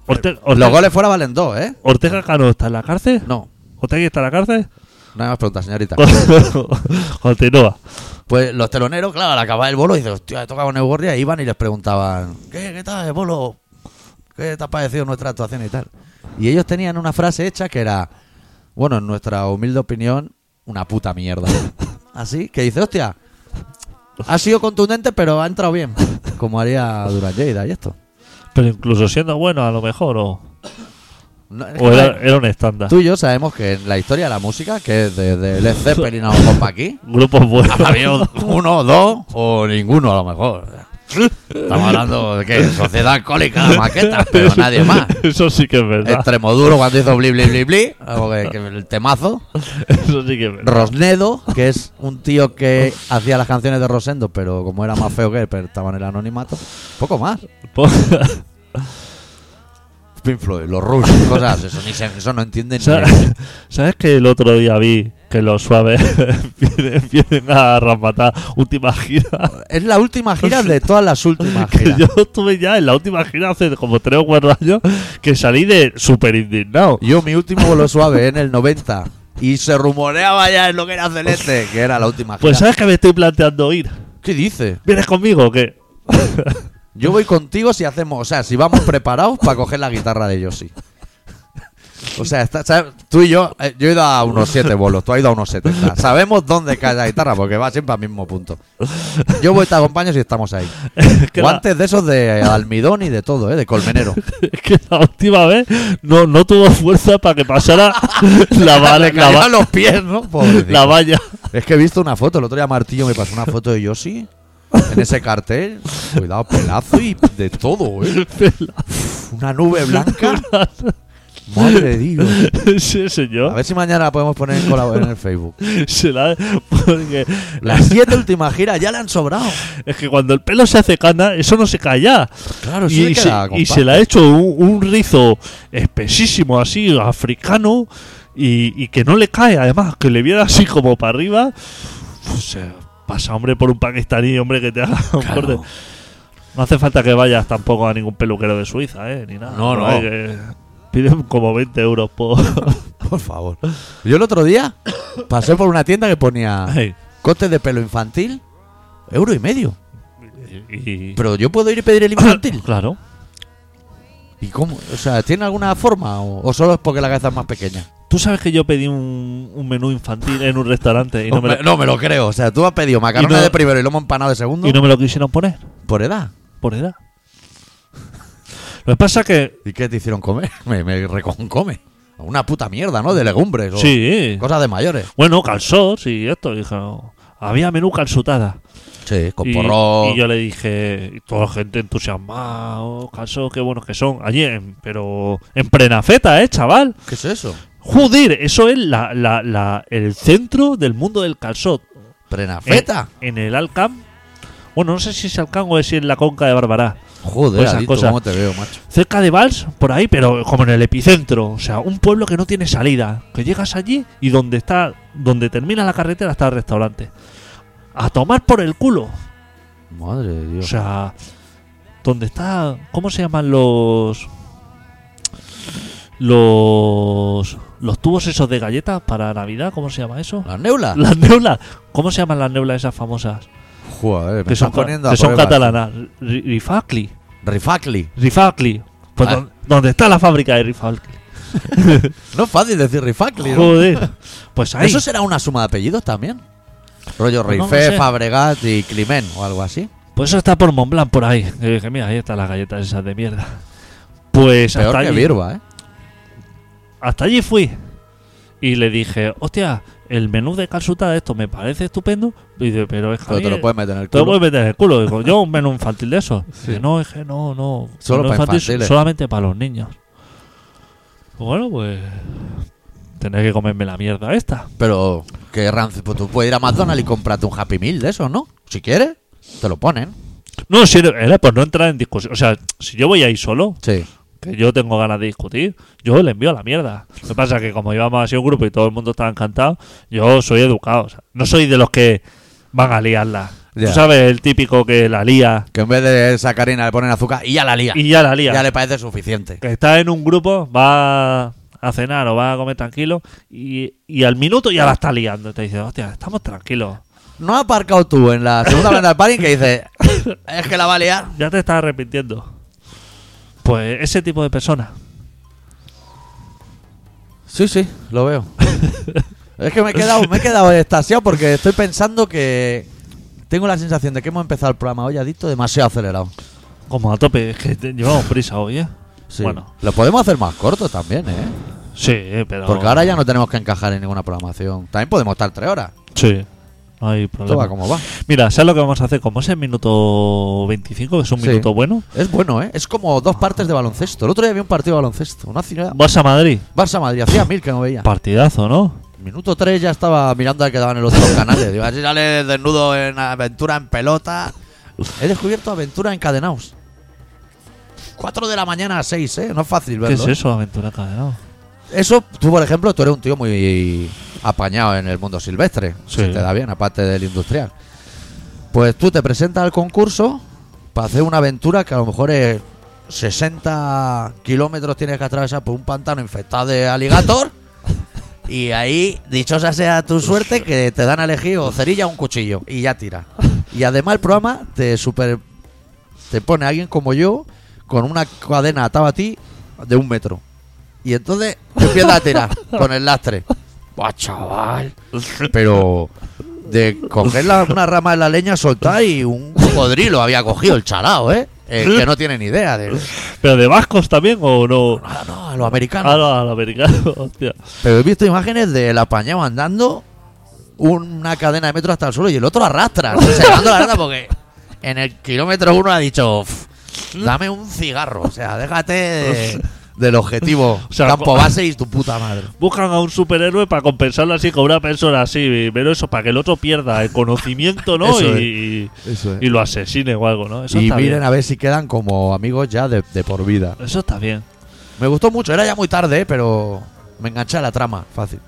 Speaker 2: Orte-
Speaker 1: Los
Speaker 2: Ortega,
Speaker 1: goles fuera valen dos, ¿eh?
Speaker 2: Ortega Cano está en la cárcel.
Speaker 1: No.
Speaker 2: Otegi está en la cárcel. [laughs]
Speaker 1: No hay más preguntas, señorita.
Speaker 2: Continúa.
Speaker 1: Pues los teloneros, claro, al acabar el bolo, dicen, hostia, he tocado con Eugorria, y iban y les preguntaban, ¿qué, qué tal el bolo? ¿Qué te ha parecido nuestra actuación y tal? Y ellos tenían una frase hecha que era, bueno, en nuestra humilde opinión, una puta mierda.
Speaker 2: [laughs]
Speaker 1: Así, que dice, hostia, ha sido contundente, pero ha entrado bien. Como haría Duran Lleida y esto.
Speaker 2: Pero incluso siendo bueno, a lo mejor, o,
Speaker 1: No, es
Speaker 2: o
Speaker 1: que
Speaker 2: era, era un estándar.
Speaker 1: Tú y yo sabemos que en la historia de la música, que es desde Led Zeppelin a lo mejor pa' aquí,
Speaker 2: Grupos buenos. [laughs]
Speaker 1: había un- uno, dos o ninguno a lo mejor. Estamos hablando de que Sociedad Alcohólica, la
Speaker 2: [laughs]
Speaker 1: maqueta, pero nadie más.
Speaker 2: Eso sí que es verdad.
Speaker 1: Extremo duro cuando hizo bli bli bli bli, algo que- que el temazo.
Speaker 2: Eso sí que es verdad.
Speaker 1: Rosnedo, que es un tío que hacía las canciones de Rosendo, pero como era más feo que él, pero estaba en el anonimato. Poco más.
Speaker 2: Po-
Speaker 1: Pink Floyd, los Rush, cosas, eso, ni se- eso no entienden.
Speaker 2: Sa-
Speaker 1: ni-
Speaker 2: [laughs] ¿Sabes que el otro día vi que los suaves [laughs] vienen, vienen a rematar última gira?
Speaker 1: Es la
Speaker 2: [laughs]
Speaker 1: última gira de todas las últimas
Speaker 2: Que
Speaker 1: giras.
Speaker 2: yo estuve ya en la última gira hace como tres o cuatro años que salí de súper indignado. Pues,
Speaker 1: Yo, mi último vuelo suave en el 90. Y se rumoreaba ya en lo que era Celeste, que era la última gira.
Speaker 2: Pues ¿sabes que me estoy planteando ir?
Speaker 1: ¿Qué dice?
Speaker 2: ¿Vienes conmigo o qué? [laughs]
Speaker 1: Yo voy contigo si hacemos, o sea, si
Speaker 2: [laughs]
Speaker 1: vamos preparados para coger la guitarra de Yoshi. O sea, está- ¿sabes? tú y yo, eh, yo he ido a unos 7 bolos, tú has ido a unos
Speaker 2: [laughs]
Speaker 1: 70. Sabemos dónde cae la guitarra porque va siempre al mismo punto. Yo voy, te acompaño si estamos ahí.
Speaker 2: Es que la-
Speaker 1: Guantes de esos de almidón y de todo, ¿eh? de colmenero.
Speaker 2: [laughs] Es que la última vez no, no tuvo fuerza para que pasara la, [laughs] vale,
Speaker 1: [laughs] Le
Speaker 2: la,
Speaker 1: caían
Speaker 2: va-
Speaker 1: los pies, ¿no? Pobrecito.
Speaker 2: la valla. [laughs]
Speaker 1: Es que he visto una foto, el otro día Martillo me pasó una foto de Yoshi en ese cartel. Cuidado, pelazo y de todo, ¿eh? Una nube
Speaker 2: [laughs]
Speaker 1: blanca. Madre de Dios.
Speaker 2: Sí,
Speaker 1: A
Speaker 2: señor.
Speaker 1: ver si mañana la podemos poner en, colab- en el Facebook.
Speaker 2: Se la- [laughs] porque
Speaker 1: Las siete últimas giras ya le han sobrado.
Speaker 2: es que cuando el pelo se hace cana, eso no se calla.
Speaker 1: Claro, sí
Speaker 2: y,
Speaker 1: le
Speaker 2: se,
Speaker 1: queda,
Speaker 2: y
Speaker 1: compadre.
Speaker 2: se le ha hecho un, un rizo espesísimo así, africano, y, y que no le cae, además, que le viene así como para arriba. Pues, eh, pasa, hombre, por un pakistaní, hombre, que te haga un
Speaker 1: Claro.
Speaker 2: corte. No hace falta que vayas tampoco a ningún peluquero de Suiza, ¿eh? Ni nada.
Speaker 1: No, no.
Speaker 2: Hay que- piden como 20 euros
Speaker 1: [laughs]
Speaker 2: por...
Speaker 1: Por favor. Yo el otro día pasé por una tienda que ponía
Speaker 2: Ay,
Speaker 1: cortes de pelo infantil, euro y medio.
Speaker 2: y-
Speaker 1: Pero yo puedo ir y pedir el infantil.
Speaker 2: Claro.
Speaker 1: ¿Y cómo? O sea, ¿tiene alguna forma? ¿O, o solo es porque la cabeza es más pequeña?
Speaker 2: Tú sabes que yo pedí un, un menú infantil en un restaurante y no, me lo,
Speaker 1: creo. O sea, tú has pedido macarrones
Speaker 2: Y no-
Speaker 1: de primero y lomo empanado de segundo
Speaker 2: y no me lo quisieron poner.
Speaker 1: por edad.
Speaker 2: Por edad. Lo que pasa que.
Speaker 1: ¿Y qué te hicieron comer? [laughs] Me, me reconcome. Una puta mierda, ¿no? De legumbres. o
Speaker 2: Sí.
Speaker 1: Cosas de mayores.
Speaker 2: Bueno, calzots y esto. Dijeron. Había menú calzotada.
Speaker 1: Sí, con
Speaker 2: y,
Speaker 1: porrón.
Speaker 2: y yo le dije. y toda la gente entusiasmada. "Oh, calzots, qué buenos que son. Allí, en- pero. En prenafeta, eh, chaval.
Speaker 1: ¿Qué es eso?
Speaker 2: Joder, eso es la, la- la- el centro del mundo del calzot. En-
Speaker 1: ¿Prenafeta?
Speaker 2: En, el Alcam. Bueno, no sé si es Alcam o es en la conca de Barbará.
Speaker 1: Joder,
Speaker 2: pues esas
Speaker 1: adicto,
Speaker 2: cosas.
Speaker 1: ¿cómo te veo, macho?
Speaker 2: cerca de Vals, por ahí, pero como en el epicentro. O sea, un pueblo que no tiene salida. Que llegas allí y donde está, donde termina la carretera está el restaurante. A tomar por el culo.
Speaker 1: Madre de
Speaker 2: O
Speaker 1: Dios.
Speaker 2: sea, donde está. ¿Cómo se llaman los. Los. Los tubos esos de galletas para Navidad? ¿Cómo se llama eso?
Speaker 1: ¿Las neulas?
Speaker 2: Las neulas. ¿Cómo se llaman las neulas esas famosas?
Speaker 1: Joder, me
Speaker 2: Que son,
Speaker 1: estás poniendo
Speaker 2: ca-
Speaker 1: a
Speaker 2: que son
Speaker 1: prueba.
Speaker 2: catalanas. Ri- Rifacli.
Speaker 1: Rifacli.
Speaker 2: Rifacli. Pues
Speaker 1: Ah.
Speaker 2: don- donde está la fábrica de Rifacli.
Speaker 1: No es fácil decir Rifacli. ¿no?
Speaker 2: Joder. [laughs] Pues ahí.
Speaker 1: ¿Eso será una suma de apellidos también? Rollo
Speaker 2: No lo
Speaker 1: Rifé,
Speaker 2: sé.
Speaker 1: Fabregat y Climen o algo así.
Speaker 2: Pues eso está por Montblanc por ahí. Y dije, mira, ahí están las galletas esas de mierda. Pues
Speaker 1: Peor
Speaker 2: hasta
Speaker 1: que
Speaker 2: allí,
Speaker 1: Virba, ¿eh?
Speaker 2: hasta allí fui. Y le dije, hostia, el menú de calzuta de esto me parece estupendo. Y dice, pero es que. a
Speaker 1: Pero
Speaker 2: mí
Speaker 1: te lo puedes meter en el
Speaker 2: te lo
Speaker 1: culo.
Speaker 2: puedes meter en el culo. Digo, yo un menú infantil de eso. Dice, no, es que no, no.
Speaker 1: Solo
Speaker 2: Menú
Speaker 1: para infantiles.
Speaker 2: Solamente para los niños. Bueno, pues. Tendré que comerme la mierda esta.
Speaker 1: Pero que rancio, pues tú puedes ir a McDonald's y comprarte un Happy Meal de eso, ¿no? Si quieres, te lo ponen.
Speaker 2: No, si era, era por no entrar en discusión. O sea, si yo voy ahí solo,
Speaker 1: Sí.
Speaker 2: que yo tengo ganas de discutir, yo le envío a la mierda. Lo que pasa es que como íbamos así un grupo y todo el mundo estaba encantado, yo soy educado. o sea, no soy de los que van a liarla.
Speaker 1: Ya.
Speaker 2: Tú sabes el típico que la lía
Speaker 1: Que en vez de sacarina le ponen azúcar y ya la lía.
Speaker 2: y ya la lía.
Speaker 1: Ya le parece suficiente.
Speaker 2: Que está en un grupo, va a cenar o va a comer tranquilo y, y al minuto ya la está liando. Te dice, hostia, estamos tranquilos.
Speaker 1: ¿No has aparcado tú en la segunda venta del parking que dices, [laughs] es que la va a liar?
Speaker 2: Ya te estás arrepintiendo. Pues ese tipo de personas.
Speaker 1: Sí, sí, lo veo. [laughs] es que me he quedado, me he quedado extasiado porque estoy pensando que tengo la sensación de que hemos empezado el programa hoy adicto demasiado acelerado.
Speaker 2: Como a tope, es que te- llevamos prisa hoy, ¿eh?
Speaker 1: Sí.
Speaker 2: Bueno,
Speaker 1: Lo podemos hacer más corto también, ¿eh?
Speaker 2: sí, pero.
Speaker 1: Porque ahora ya no tenemos que encajar en ninguna programación. También podemos estar tres horas.
Speaker 2: Sí, no hay
Speaker 1: Esto va
Speaker 2: problema.
Speaker 1: como va.
Speaker 2: Mira, ¿sabes lo que vamos a hacer? Como es el minuto 25, que es un
Speaker 1: Sí.
Speaker 2: minuto bueno,
Speaker 1: Es bueno, ¿eh? Es como
Speaker 2: Ah.
Speaker 1: dos partes de baloncesto. El otro día había un partido de baloncesto. Una ciudad.
Speaker 2: vas a Madrid.
Speaker 1: Barça-Madrid. Hacía mil que no veía.
Speaker 2: Partidazo, ¿no?
Speaker 1: Minuto 3 ya estaba mirando a que daban en los otros canales. Digo, así sale desnudo en aventura en pelota. He descubierto aventura encadenados. 4 de la mañana a 6, ¿eh? No es fácil
Speaker 2: ¿Qué
Speaker 1: verlo.
Speaker 2: es
Speaker 1: ¿eh?
Speaker 2: eso, aventura encadenado?
Speaker 1: Eso, tú, por ejemplo, tú eres un tío muy apañado en el mundo silvestre.
Speaker 2: Sí.
Speaker 1: Si te da bien, aparte del industrial. Pues tú te presentas al concurso para hacer una aventura que a lo mejor es 60 kilómetros tienes que atravesar por un pantano infectado de alligator. y ahí, dichosa sea tu suerte, que te dan a elegir o cerilla o un cuchillo. Y ya tira. Y además el programa te super. Te pone a alguien como yo con una cadena atada a ti de un metro. Y entonces empieza a tirar con el lastre. Buah, chaval. Pero de coger la- una rama de la leña, soltar y un cocodrilo había cogido el charao, ¿eh? El que no tiene ni idea de.
Speaker 2: [laughs] ¿Pero de vascos también o no?
Speaker 1: Ah, no, a los americanos.
Speaker 2: A lo, a lo americano, [laughs] hostia.
Speaker 1: Pero he visto imágenes del apañado andando una cadena de metros hasta el suelo y el otro arrastra, sacando la verdad porque en el kilómetro uno ha dicho, "Uf, dame un cigarro, o sea, déjate de- del objetivo
Speaker 2: O sea,
Speaker 1: campo
Speaker 2: co-
Speaker 1: base y tu puta madre.
Speaker 2: Buscan a un superhéroe para compensarlo así con una persona así, pero eso, para que el otro pierda el conocimiento, ¿no?
Speaker 1: [laughs] Eso
Speaker 2: y,
Speaker 1: Eso
Speaker 2: y lo asesine o algo, ¿no? Eso
Speaker 1: Y
Speaker 2: está
Speaker 1: miren
Speaker 2: bien.
Speaker 1: a ver si quedan como amigos ya de, de por vida.
Speaker 2: Eso está bien.
Speaker 1: Me gustó mucho, era ya muy tarde, ¿eh? pero me enganché a la trama, fácil.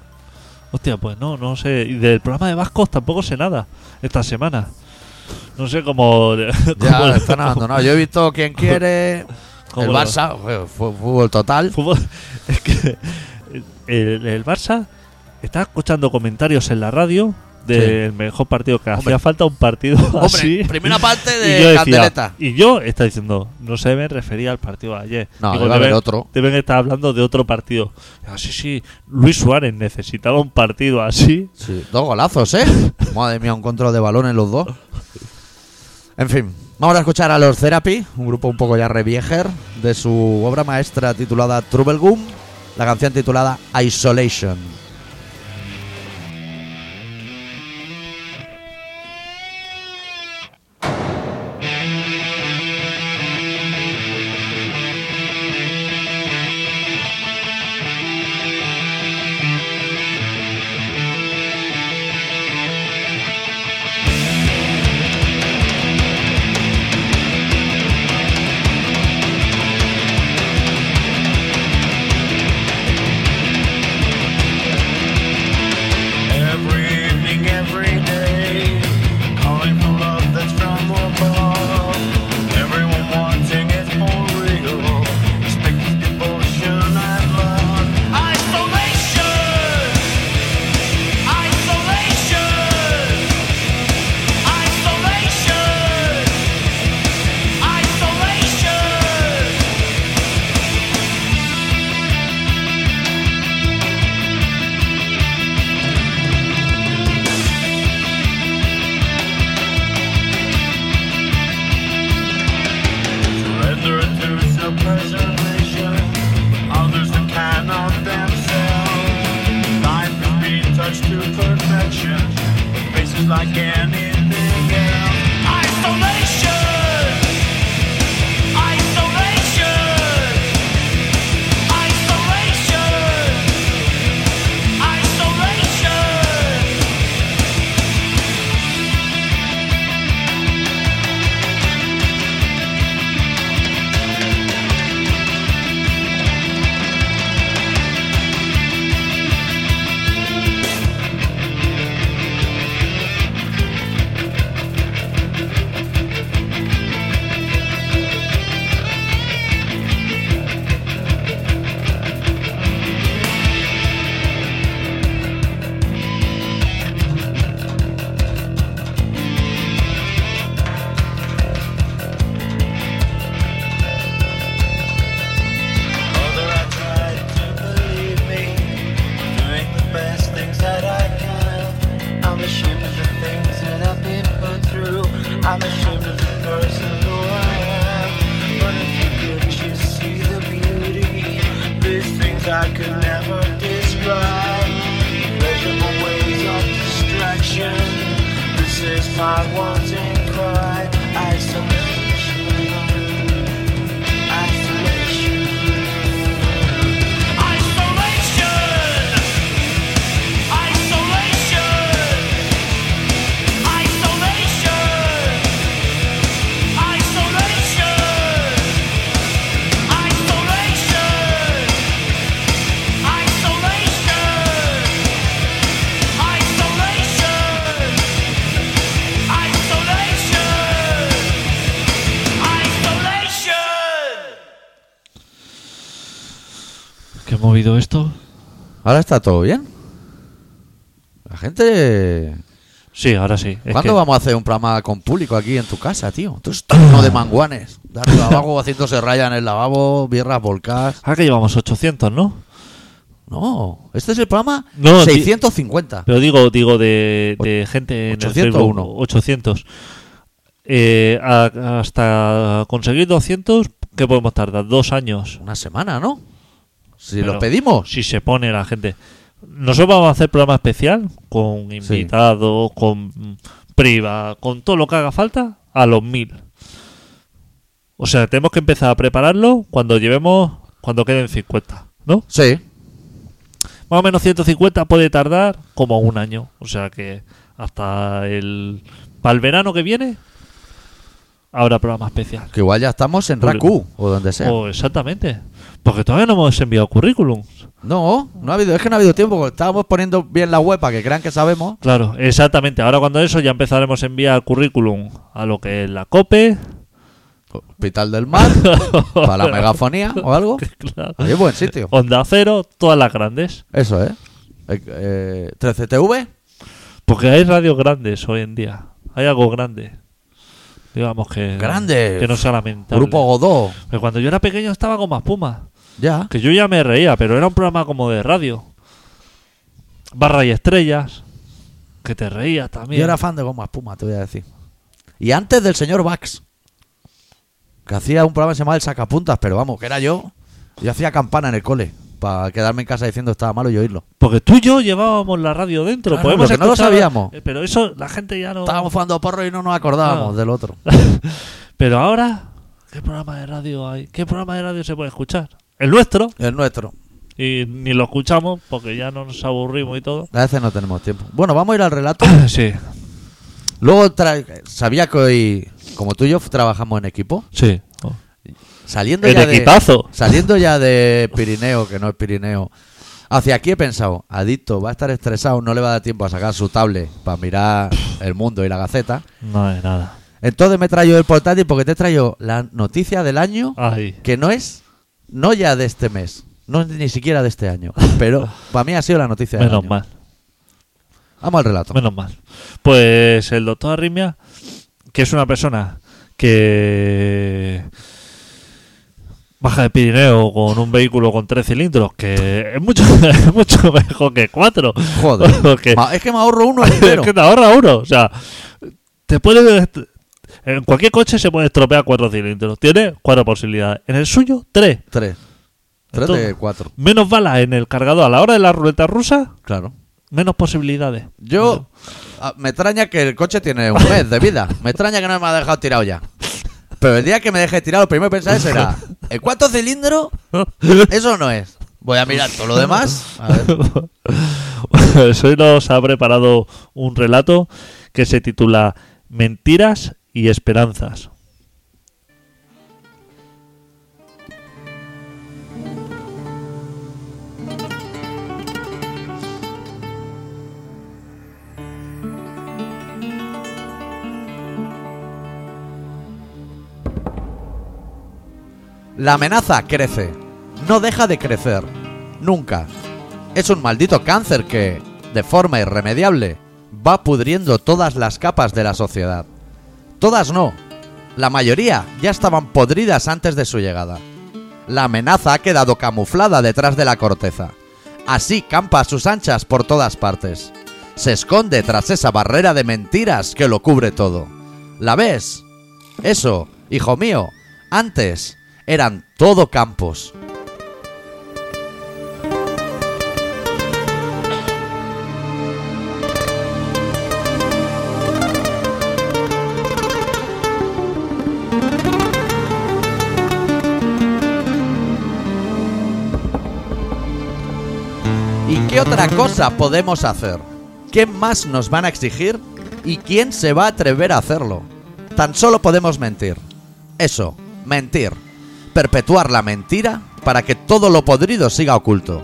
Speaker 2: Hostia, pues no, no sé. Y del programa de vascos tampoco sé nada esta semana. No sé cómo. [laughs] cómo-
Speaker 1: Ya están abandonados. Yo he visto
Speaker 2: [laughs]
Speaker 1: quien quiere.
Speaker 2: cómo
Speaker 1: El
Speaker 2: lo-
Speaker 1: Barça, fue- fue fútbol total.
Speaker 2: [laughs] Fútbol. Es que el, el Barça está escuchando comentarios en la radio del mejor partido que hacía falta un partido
Speaker 1: Hombre,
Speaker 2: así.
Speaker 1: primera parte
Speaker 2: Ah, [laughs] y yo
Speaker 1: de
Speaker 2: decía-
Speaker 1: Candeleta.
Speaker 2: y yo está diciendo, no se me refería al partido de ayer.
Speaker 1: No,
Speaker 2: Digo,
Speaker 1: debe haber
Speaker 2: deben-
Speaker 1: otro.
Speaker 2: Deben estar hablando de otro partido. Ah, sí, sí, Luis Suárez necesitaba un partido así.
Speaker 1: Sí, dos golazos,
Speaker 2: [laughs]
Speaker 1: ¿eh? Madre mía, un control de balón en los dos. En fin, vamos a escuchar a los Therapy, un grupo un poco ya reviejer, de su obra maestra titulada Trouble la canción titulada Isolation.
Speaker 3: never describe. Measurable ways of distraction. This is my wanting cry. Isolation. Isolation.
Speaker 2: ¿Qué movido esto?
Speaker 1: Ahora está todo bien. La gente.
Speaker 2: Sí, ahora sí. Es
Speaker 1: ¿Cuándo
Speaker 2: que-
Speaker 1: vamos a hacer un programa con público aquí en tu casa, tío? Tú estás lleno de manguanes. De
Speaker 2: [laughs]
Speaker 1: arriba abajo haciéndose raya en el lavabo, birras volcadas.
Speaker 2: Ah, que llevamos 800, ¿no?
Speaker 1: No, este es el programa
Speaker 2: No, ti-
Speaker 1: 650.
Speaker 2: Pero digo, digo de, de gente en el
Speaker 1: 801.
Speaker 2: Facebook, 800. Eh, a- hasta conseguir 200, ¿qué podemos tardar? Dos años.
Speaker 1: Una semana, ¿no? Si
Speaker 2: Pero-
Speaker 1: lo pedimos.
Speaker 2: Si se pone la gente. Nosotros vamos a hacer programa especial con invitados, con mm, priva, con todo lo que haga falta a los mil. O sea, tenemos que empezar a prepararlo cuando llevemos, cuando queden 50, ¿no?
Speaker 1: Sí.
Speaker 2: Más o menos 150 puede tardar como un año. O sea que hasta el. Para el verano que viene, habrá programa especial.
Speaker 1: Que igual ya estamos en Raku o donde sea.
Speaker 2: O exactamente. Porque todavía no hemos enviado currículum.
Speaker 1: No, no ha habido, es que no ha habido tiempo. porque Estábamos poniendo bien la web para que crean que sabemos.
Speaker 2: Claro, exactamente. Ahora cuando eso ya empezaremos a enviar currículum a lo que es la COPE.
Speaker 1: Hospital del
Speaker 2: [laughs]
Speaker 1: Mar, para la megafonía o algo.
Speaker 2: Claro.
Speaker 1: Ahí es buen sitio.
Speaker 2: Onda Cero, todas las grandes.
Speaker 1: Eso es. Eh, eh, 13TV.
Speaker 2: Porque hay radios grandes hoy en día. Hay algo grande. Digamos que...
Speaker 1: Grande.
Speaker 2: Que no sea lamentable.
Speaker 1: Grupo Godó.
Speaker 2: Pero cuando yo era pequeño estaba con más puma.
Speaker 1: Ya.
Speaker 2: Que yo ya me reía, pero era un programa como de radio. Barra y estrellas. Que te reías también.
Speaker 1: Yo era fan de Goma Espuma, te voy a decir. Y antes del señor Bax, que hacía un programa que se llamaba El Sacapuntas, pero vamos, que era yo. Yo hacía campana en el cole para quedarme en casa diciendo estaba malo y oírlo.
Speaker 2: Porque tú y yo llevábamos la radio dentro.
Speaker 1: Claro,
Speaker 2: Podemos
Speaker 1: porque no lo
Speaker 2: escuchar-
Speaker 1: sabíamos.
Speaker 2: Eh, Pero eso la gente ya no...
Speaker 1: Estábamos jugando porro y no nos acordábamos
Speaker 2: Ah.
Speaker 1: del otro.
Speaker 2: Pero ahora, ¿qué programa de radio hay? ¿Qué programa de radio se puede escuchar? El nuestro.
Speaker 1: El nuestro.
Speaker 2: Y ni lo escuchamos porque ya nos aburrimos y todo.
Speaker 1: [coughs] A veces no tenemos tiempo. Bueno, vamos a ir al relato.
Speaker 2: Sí,
Speaker 1: Luego, tra- sabía que hoy, como tú y yo trabajamos en equipo,
Speaker 2: sí. Oh,
Speaker 1: saliendo
Speaker 2: El
Speaker 1: ya de,
Speaker 2: equipazo.
Speaker 1: Saliendo ya de Pirineo, que no es Pirineo, hacia aquí he pensado, Adicto va a estar estresado, no le va a dar tiempo a sacar su tablet para mirar el mundo y la gaceta.
Speaker 2: No es nada.
Speaker 1: Entonces me traigo el portátil porque te traigo la noticia del año,
Speaker 2: Ay.
Speaker 1: que no es, no ya de este mes, no es ni siquiera de este año, pero para mí ha sido la noticia del
Speaker 2: Menos
Speaker 1: año.
Speaker 2: mal,
Speaker 1: Vamos al relato.
Speaker 2: menos mal. Pues el doctor Arrimia, que es una persona que baja de Pirineo con un vehículo con tres cilindros, que es mucho, [laughs] es mucho mejor que cuatro.
Speaker 1: Joder,
Speaker 2: [laughs] Porque-
Speaker 1: ma- es que me ahorro uno
Speaker 2: [laughs]
Speaker 1: entero.
Speaker 2: Es que te ahorra uno. O sea, te puede. En cualquier coche se puede estropear cuatro cilindros. Tiene cuatro posibilidades. En el suyo, tres.
Speaker 1: Tres. Tres de
Speaker 2: Entonces-
Speaker 1: cuatro,
Speaker 2: Menos balas en el cargador. A la hora de la ruleta rusa,
Speaker 1: claro.
Speaker 2: menos posibilidades.
Speaker 1: Yo ah, me extraña que el coche tiene un mes de vida. Me extraña que no me ha dejado tirado ya. Pero el día que me deje tirado, lo primero que pensaré será: ¿el cuarto cilindro? Eso no es. Voy a mirar todo lo demás. A ver.
Speaker 2: [laughs] Hoy nos ha preparado un relato que se titula Mentiras y Esperanzas.
Speaker 1: La amenaza crece. No deja de crecer. Nunca. Es un maldito cáncer que, de forma irremediable, va pudriendo todas las capas de la sociedad. Todas no. La mayoría ya estaban podridas antes de su llegada. La amenaza ha quedado camuflada detrás de la corteza. Así campa a sus anchas por todas partes. Se esconde tras esa barrera de mentiras que lo cubre todo. ¿La ves? Eso, hijo mío, antes eran todo campos. ¿Y qué otra cosa podemos hacer? ¿Qué más nos van a exigir? ¿Y quién se va a atrever a hacerlo? Tan solo podemos mentir. Eso, mentir. Perpetuar la mentira para que todo lo podrido siga oculto.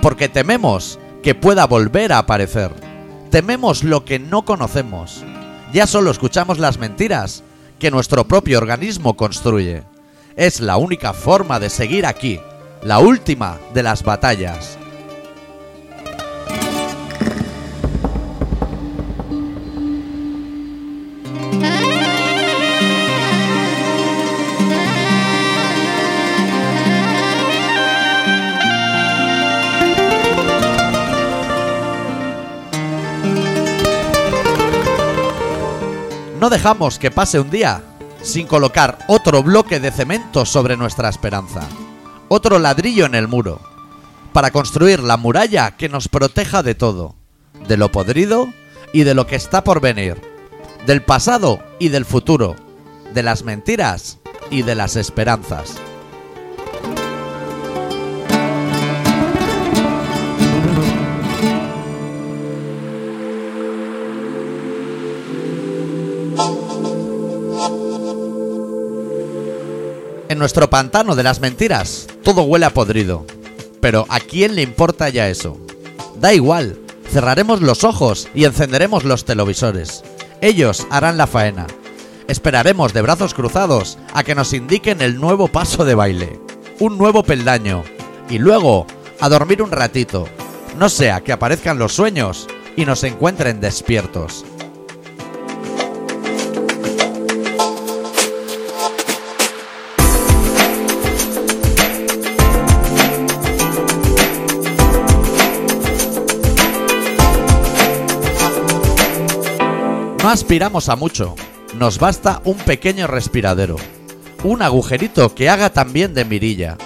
Speaker 1: Porque tememos que pueda volver a aparecer. Tememos lo que no conocemos. Ya solo escuchamos las mentiras que nuestro propio organismo construye. Es la única forma de seguir aquí, la última de las batallas. No dejamos que pase un día sin colocar otro bloque de cemento sobre nuestra esperanza, otro ladrillo en el muro, para construir la muralla que nos proteja de todo, de lo podrido y de lo que está por venir, del pasado y del futuro, de las mentiras y de las esperanzas. En nuestro pantano de las mentiras, todo huele a podrido. Pero ¿a quién le importa ya eso? Da igual, cerraremos los ojos y encenderemos los televisores. Ellos harán la faena. Esperaremos de brazos cruzados a que nos indiquen el nuevo paso de baile, un nuevo peldaño, y luego a dormir un ratito, no sea que aparezcan los sueños y nos encuentren despiertos. No aspiramos a mucho. Nos basta un pequeño respiradero. Un agujerito que haga también de mirilla.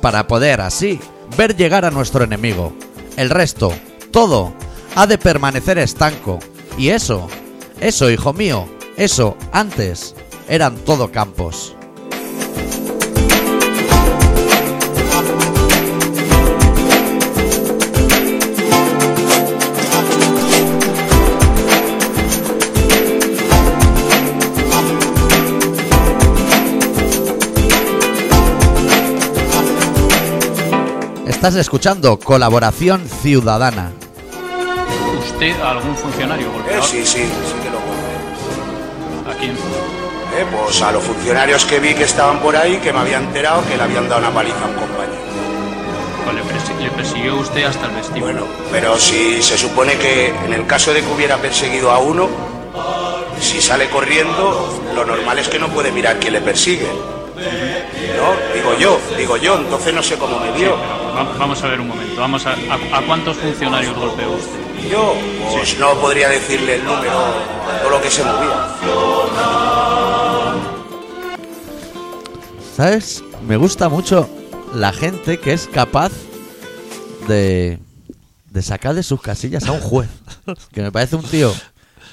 Speaker 1: Para poder así ver llegar a nuestro enemigo. El resto, todo, ha de permanecer estanco. Y eso, eso, hijo mío, eso, antes, eran todo campos. Estás escuchando Colaboración Ciudadana.
Speaker 4: ¿Usted a algún funcionario
Speaker 3: Eh,
Speaker 4: golpeador?
Speaker 3: sí, sí, sí que lo compré.
Speaker 4: ¿A quién?
Speaker 3: Eh, pues a los funcionarios que vi que estaban por ahí, que me había enterado que le habían dado una paliza a un compañero.
Speaker 4: Pues le, persi- le persiguió usted hasta el vestíbulo.
Speaker 3: Bueno, pero si se supone que en el caso de que hubiera perseguido a uno, si sale corriendo, lo normal es que no puede mirar quién le persigue. No, digo yo, digo yo, entonces no sé cómo me
Speaker 4: Sí,
Speaker 3: dio.
Speaker 4: pero va- vamos a ver un momento. Vamos a, a- ¿a cuántos funcionarios golpeó usted?
Speaker 3: Yo, pues no podría decirle el número, todo lo que se movía.
Speaker 1: ¿Sabes? Me gusta mucho la gente que es capaz de, de sacar de sus casillas a un juez. [laughs] Que me parece un tío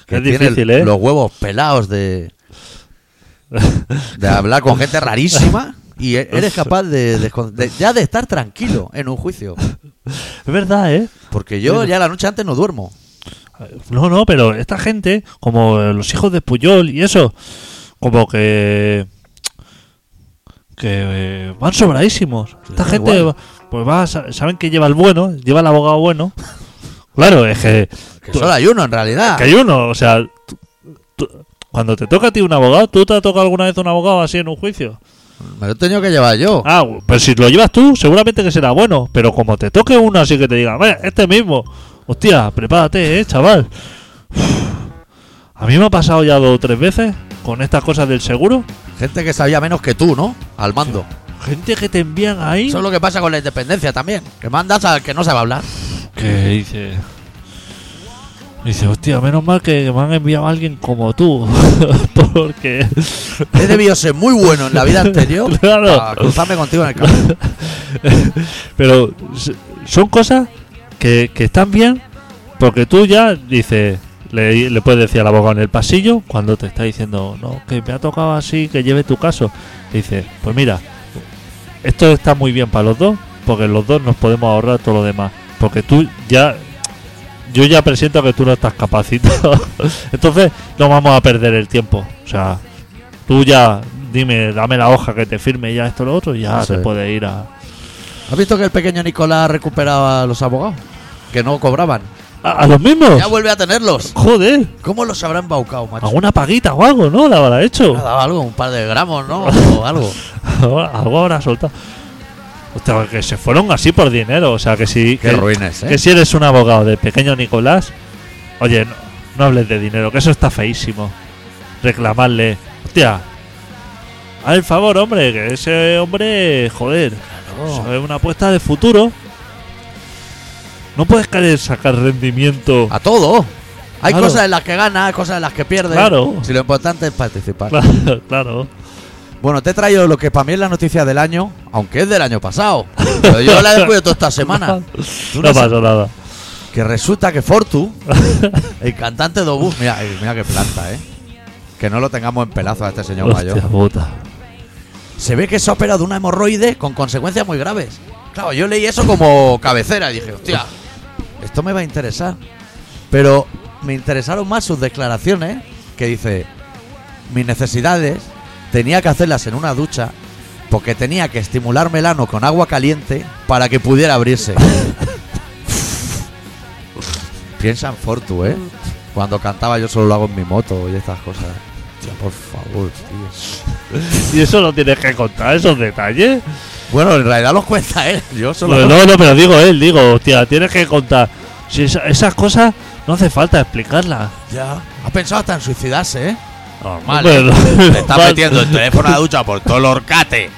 Speaker 1: que
Speaker 2: Es
Speaker 1: tiene
Speaker 2: difícil, ¿eh?
Speaker 1: los huevos pelados de, de hablar con gente rarísima. Y e- eres capaz de, de- de- ya de estar tranquilo en un juicio.
Speaker 2: Es verdad, ¿eh?
Speaker 1: Porque yo ya la noche antes no duermo.
Speaker 2: No, no, pero esta gente, como eh, los hijos de Puyol y eso, como que. que eh, van sobradísimos. Esta
Speaker 1: da
Speaker 2: gente,
Speaker 1: igual.
Speaker 2: va- pues va, sa- saben que lleva el bueno, lleva el abogado bueno. Claro, es que.
Speaker 1: Que
Speaker 2: tú-
Speaker 1: solo hay uno en realidad.
Speaker 2: Pues que hay uno, o sea. tú- tú- cuando te toca a ti un abogado, ¿tú te has tocado alguna vez un abogado así en un juicio?
Speaker 1: Me lo he tenido que llevar yo.
Speaker 2: Ah, pues si lo llevas tú, seguramente que será bueno. Pero como te toque uno así que te diga, "Vaya, este mismo. Hostia, prepárate, eh, chaval. [sighs] Uf. A mí me ha pasado ya dos o tres veces con estas cosas del seguro.
Speaker 1: Gente que sabía menos que tú, ¿no? Al mando.
Speaker 2: Gente que te envían ahí.
Speaker 1: Eso es lo que pasa con la independencia también. Que mandas al que no sabe hablar.
Speaker 2: Que dice. Dice, hostia, menos mal que me han enviado a alguien como tú. [laughs] Porque.
Speaker 1: He debido ser muy bueno en la vida anterior
Speaker 2: [laughs] Claro.
Speaker 1: para cruzarme contigo en el camino.
Speaker 2: Pero s- son cosas que, que están bien porque tú ya dices, le, le puedes decir al abogado en el pasillo cuando te está diciendo, no, que me ha tocado así, que lleve tu caso. Dice, pues mira, esto está muy bien para los dos porque los dos nos podemos ahorrar todo lo demás. porque tú ya. Yo ya presiento que tú no estás capacitado. [laughs] Entonces, no vamos a perder el tiempo. O sea, tú ya, dime, dame la hoja que te firme ya esto lo otro y ya
Speaker 1: Sí.
Speaker 2: se puede ir a.
Speaker 1: ¿Has visto que el pequeño Nicolás recuperaba a los abogados? Que no cobraban.
Speaker 2: ¿A, a los mismos?
Speaker 1: Ya vuelve a tenerlos.
Speaker 2: Joder,
Speaker 1: ¿Cómo los habrá embaucado, macho?
Speaker 2: alguna paguita o algo, ¿no? La habrá hecho.
Speaker 1: Nada, algo, un par de gramos, ¿no? O algo.
Speaker 2: [laughs] algo habrá soltado. Hostia, que se fueron así por dinero. O sea, que si.
Speaker 1: Qué
Speaker 2: que-
Speaker 1: ruines, ¿eh?
Speaker 2: Que si eres un abogado de pequeño Nicolás, oye, no, no hables de dinero, que eso está feísimo. Reclamarle, hostia, haz el favor, hombre, que ese hombre, joder, eso es una apuesta de futuro. No puedes querer sacar rendimiento.
Speaker 1: A todo. Hay
Speaker 2: Claro.
Speaker 1: cosas en las que gana, cosas en las que pierde.
Speaker 2: Claro.
Speaker 1: Si lo importante es participar.
Speaker 2: [laughs] Claro, claro.
Speaker 1: Bueno, te he traído lo que para mí es la noticia del año, aunque es del año pasado. Pero yo la he descubierto esta
Speaker 2: [laughs]
Speaker 1: semana. Tú
Speaker 2: No
Speaker 1: no sabes.
Speaker 2: pasa nada.
Speaker 1: Que resulta que Fortu, el cantante de Obús, mira, eh, mira qué planta, ¿eh? Que no lo tengamos en pelazo a este señor
Speaker 2: Hostia
Speaker 1: mayor.
Speaker 2: puta.
Speaker 1: Se ve que se ha operado una hemorroide con consecuencias muy graves. Claro, yo leí eso como cabecera y dije, hostia, esto me va a interesar. Pero me interesaron más sus declaraciones, que dice, mis necesidades tenía que hacerlas en una ducha porque tenía que estimularme el ano con agua caliente para que pudiera abrirse. [laughs] Piensa en Fortu, ¿eh? Cuando cantaba yo solo lo hago en mi moto y estas cosas. Hostia, por favor, tío.
Speaker 2: Y eso lo tienes que contar, esos detalles.
Speaker 1: Bueno, en realidad los cuenta él. Yo solo.
Speaker 2: Pues no, no, pero digo él, digo, hostia, tienes que contar. Si esa- esas cosas no hace falta explicarlas.
Speaker 1: Ya. Ha pensado hasta en suicidarse, ¿eh? Normal.
Speaker 2: Hombre,
Speaker 1: ¿eh?
Speaker 2: no-
Speaker 1: Te está
Speaker 2: normal.
Speaker 1: metiendo el teléfono a la ducha por todo el horcate.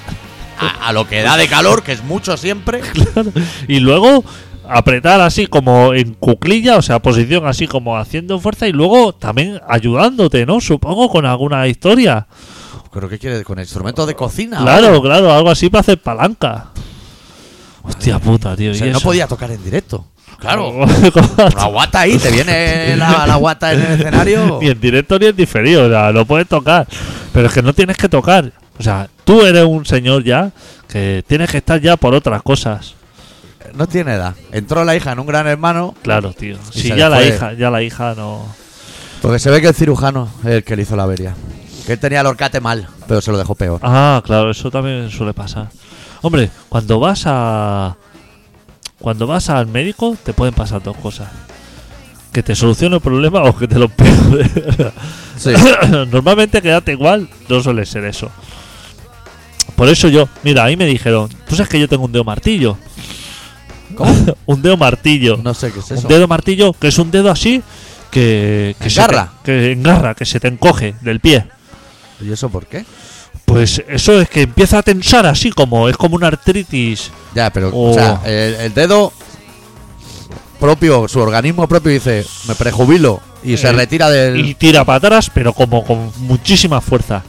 Speaker 1: A, a lo que da de calor, que es mucho siempre.
Speaker 2: [laughs] Y luego apretar así como en cuclilla, o sea, posición así como haciendo fuerza y luego también ayudándote, ¿no? Supongo con alguna historia.
Speaker 1: ¿Pero qué quiere? ¿Con instrumentos de cocina?
Speaker 2: claro, claro, algo así para hacer palanca. Hostia puta, tío.
Speaker 1: O
Speaker 2: y
Speaker 1: sea, no
Speaker 2: eso.
Speaker 1: podía tocar en directo.
Speaker 2: [laughs]
Speaker 1: Claro.
Speaker 2: Como-
Speaker 1: La guata ahí, te viene la, la guata en el escenario.
Speaker 2: ni en directo ni en diferido, o sea, lo puedes tocar. Pero es que no tienes que tocar. O sea, tú eres un señor ya que tienes que estar ya por otras cosas.
Speaker 1: No tiene edad. Entró la hija en un gran hermano.
Speaker 2: Claro, tío.
Speaker 1: Y
Speaker 2: Si
Speaker 1: se le
Speaker 2: ya la
Speaker 1: fue.
Speaker 2: hija, ya la hija no.
Speaker 1: Porque se ve que el cirujano es el que le hizo la avería. Que él tenía el horcate mal, pero se lo dejó peor.
Speaker 2: Ah, claro, eso también suele pasar. Hombre, cuando vas a. Cuando vas al médico, te pueden pasar dos cosas: que te solucione el problema o que te lo empeore. [laughs]
Speaker 1: Sí.
Speaker 2: [coughs] Normalmente quedarte igual no suele ser eso. Por eso yo, mira, ahí me dijeron: Tú sabes que yo tengo un dedo martillo.
Speaker 1: ¿Cómo?
Speaker 2: [laughs] un dedo martillo.
Speaker 1: No sé qué es
Speaker 2: un
Speaker 1: eso.
Speaker 2: dedo martillo que es un dedo así que. que se te-
Speaker 1: Engarra.
Speaker 2: que engarra, que se te encoge del pie.
Speaker 1: ¿Y eso por qué?
Speaker 2: Pues eso es que empieza a tensar así como es como una artritis.
Speaker 1: Ya, pero
Speaker 2: O-
Speaker 1: o sea, el, el dedo propio, su organismo propio dice, me prejubilo y
Speaker 2: Eh,
Speaker 1: se retira del...
Speaker 2: y tira para atrás, pero como con muchísima fuerza.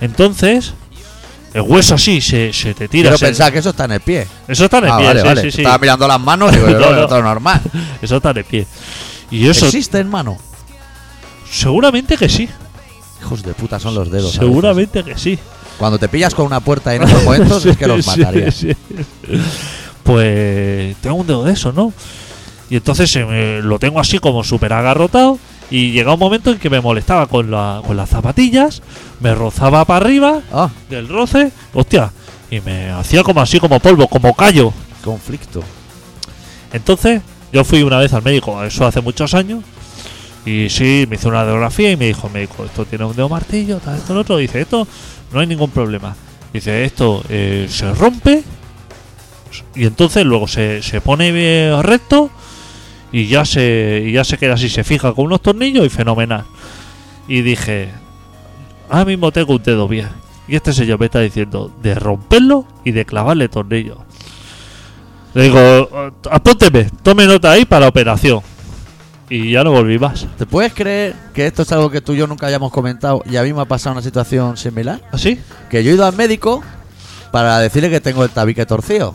Speaker 2: Entonces, el hueso así se, se te tira.
Speaker 1: Quiero
Speaker 2: se-
Speaker 1: pensar que eso está en el pie.
Speaker 2: Eso está en el
Speaker 1: ah,
Speaker 2: pie,
Speaker 1: vale,
Speaker 2: sí,
Speaker 1: vale.
Speaker 2: sí, sí.
Speaker 1: Estaba mirando las manos
Speaker 2: [laughs]
Speaker 1: y digo,
Speaker 2: No,
Speaker 1: yo creo que
Speaker 2: no.
Speaker 1: esto es normal.
Speaker 2: Eso está en el pie. Y eso,
Speaker 1: ¿Existe, hermano?
Speaker 2: seguramente que sí.
Speaker 1: Hijos de puta, son los dedos. a veces.
Speaker 2: seguramente que sí.
Speaker 1: Cuando te pillas con una puerta en esos momentos es que los
Speaker 2: [laughs] Sí,
Speaker 1: matarías.
Speaker 2: sí. Pues tengo un dedo de eso, ¿no? Y entonces se me- lo tengo así como súper agarrotado. Y llega un momento en que me molestaba con, la- con las zapatillas, me rozaba para arriba
Speaker 1: Ah,
Speaker 2: del roce, hostia, y me hacía como así, como polvo, como callo.
Speaker 1: conflicto.
Speaker 2: Entonces, yo fui una vez al médico, eso hace muchos años, y sí, me hizo una radiografía y me dijo el médico, esto tiene un dedo martillo, tal, esto, lo otro. Dice, esto no hay ningún problema. Dice, esto eh, se rompe y entonces luego se, se pone bien recto y ya se, y ya se queda así, se fija con unos tornillos y fenomenal. Y dije, ahora mismo tengo un dedo bien. Y este señor me está diciendo de romperlo y de clavarle tornillos. Le digo, apónteme, tome nota ahí para la operación. Y ya no volví más.
Speaker 1: ¿Te puedes creer que esto es algo que tú y yo nunca hayamos comentado y a mí me ha pasado una situación similar?
Speaker 2: ¿Así?
Speaker 1: que yo he ido al médico para decirle que tengo el tabique torcido.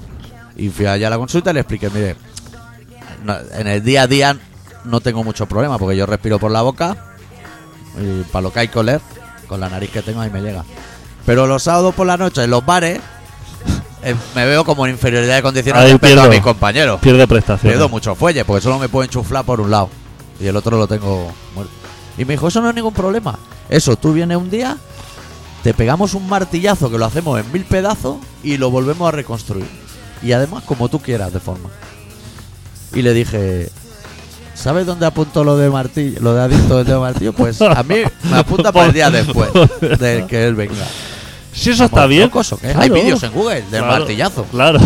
Speaker 1: Y fui allá a la consulta y le expliqué, mire, no- en el día a día no tengo mucho problema porque yo respiro por la boca y para lo que hay que oler, con la nariz que tengo ahí me llega. Pero los sábados por la noche en los bares [laughs] eh, me veo como en inferioridad de condiciones
Speaker 2: Ahí
Speaker 1: respecto a
Speaker 2: pierdo.
Speaker 1: mis compañeros.
Speaker 2: Pierde prestaciones.
Speaker 1: Pierdo mucho fuelle, porque solo me puedo enchuflar por un lado. Y el otro lo tengo muerto. Y me dijo, eso no es ningún problema. Eso, tú vienes un día, te pegamos un martillazo que lo hacemos en mil pedazos y lo volvemos a reconstruir. Y además, como tú quieras, de forma. Y le dije, ¿sabes dónde apunto lo de martillo, lo de adicto del dedo martillo? Pues a mí me apunta para el día después de que él venga.
Speaker 2: Si eso está
Speaker 1: Estamos
Speaker 2: bien.
Speaker 1: locos, ¿o qué? Hay
Speaker 2: Claro.
Speaker 1: vídeos en Google del
Speaker 2: Claro,
Speaker 1: martillazo.
Speaker 2: Claro.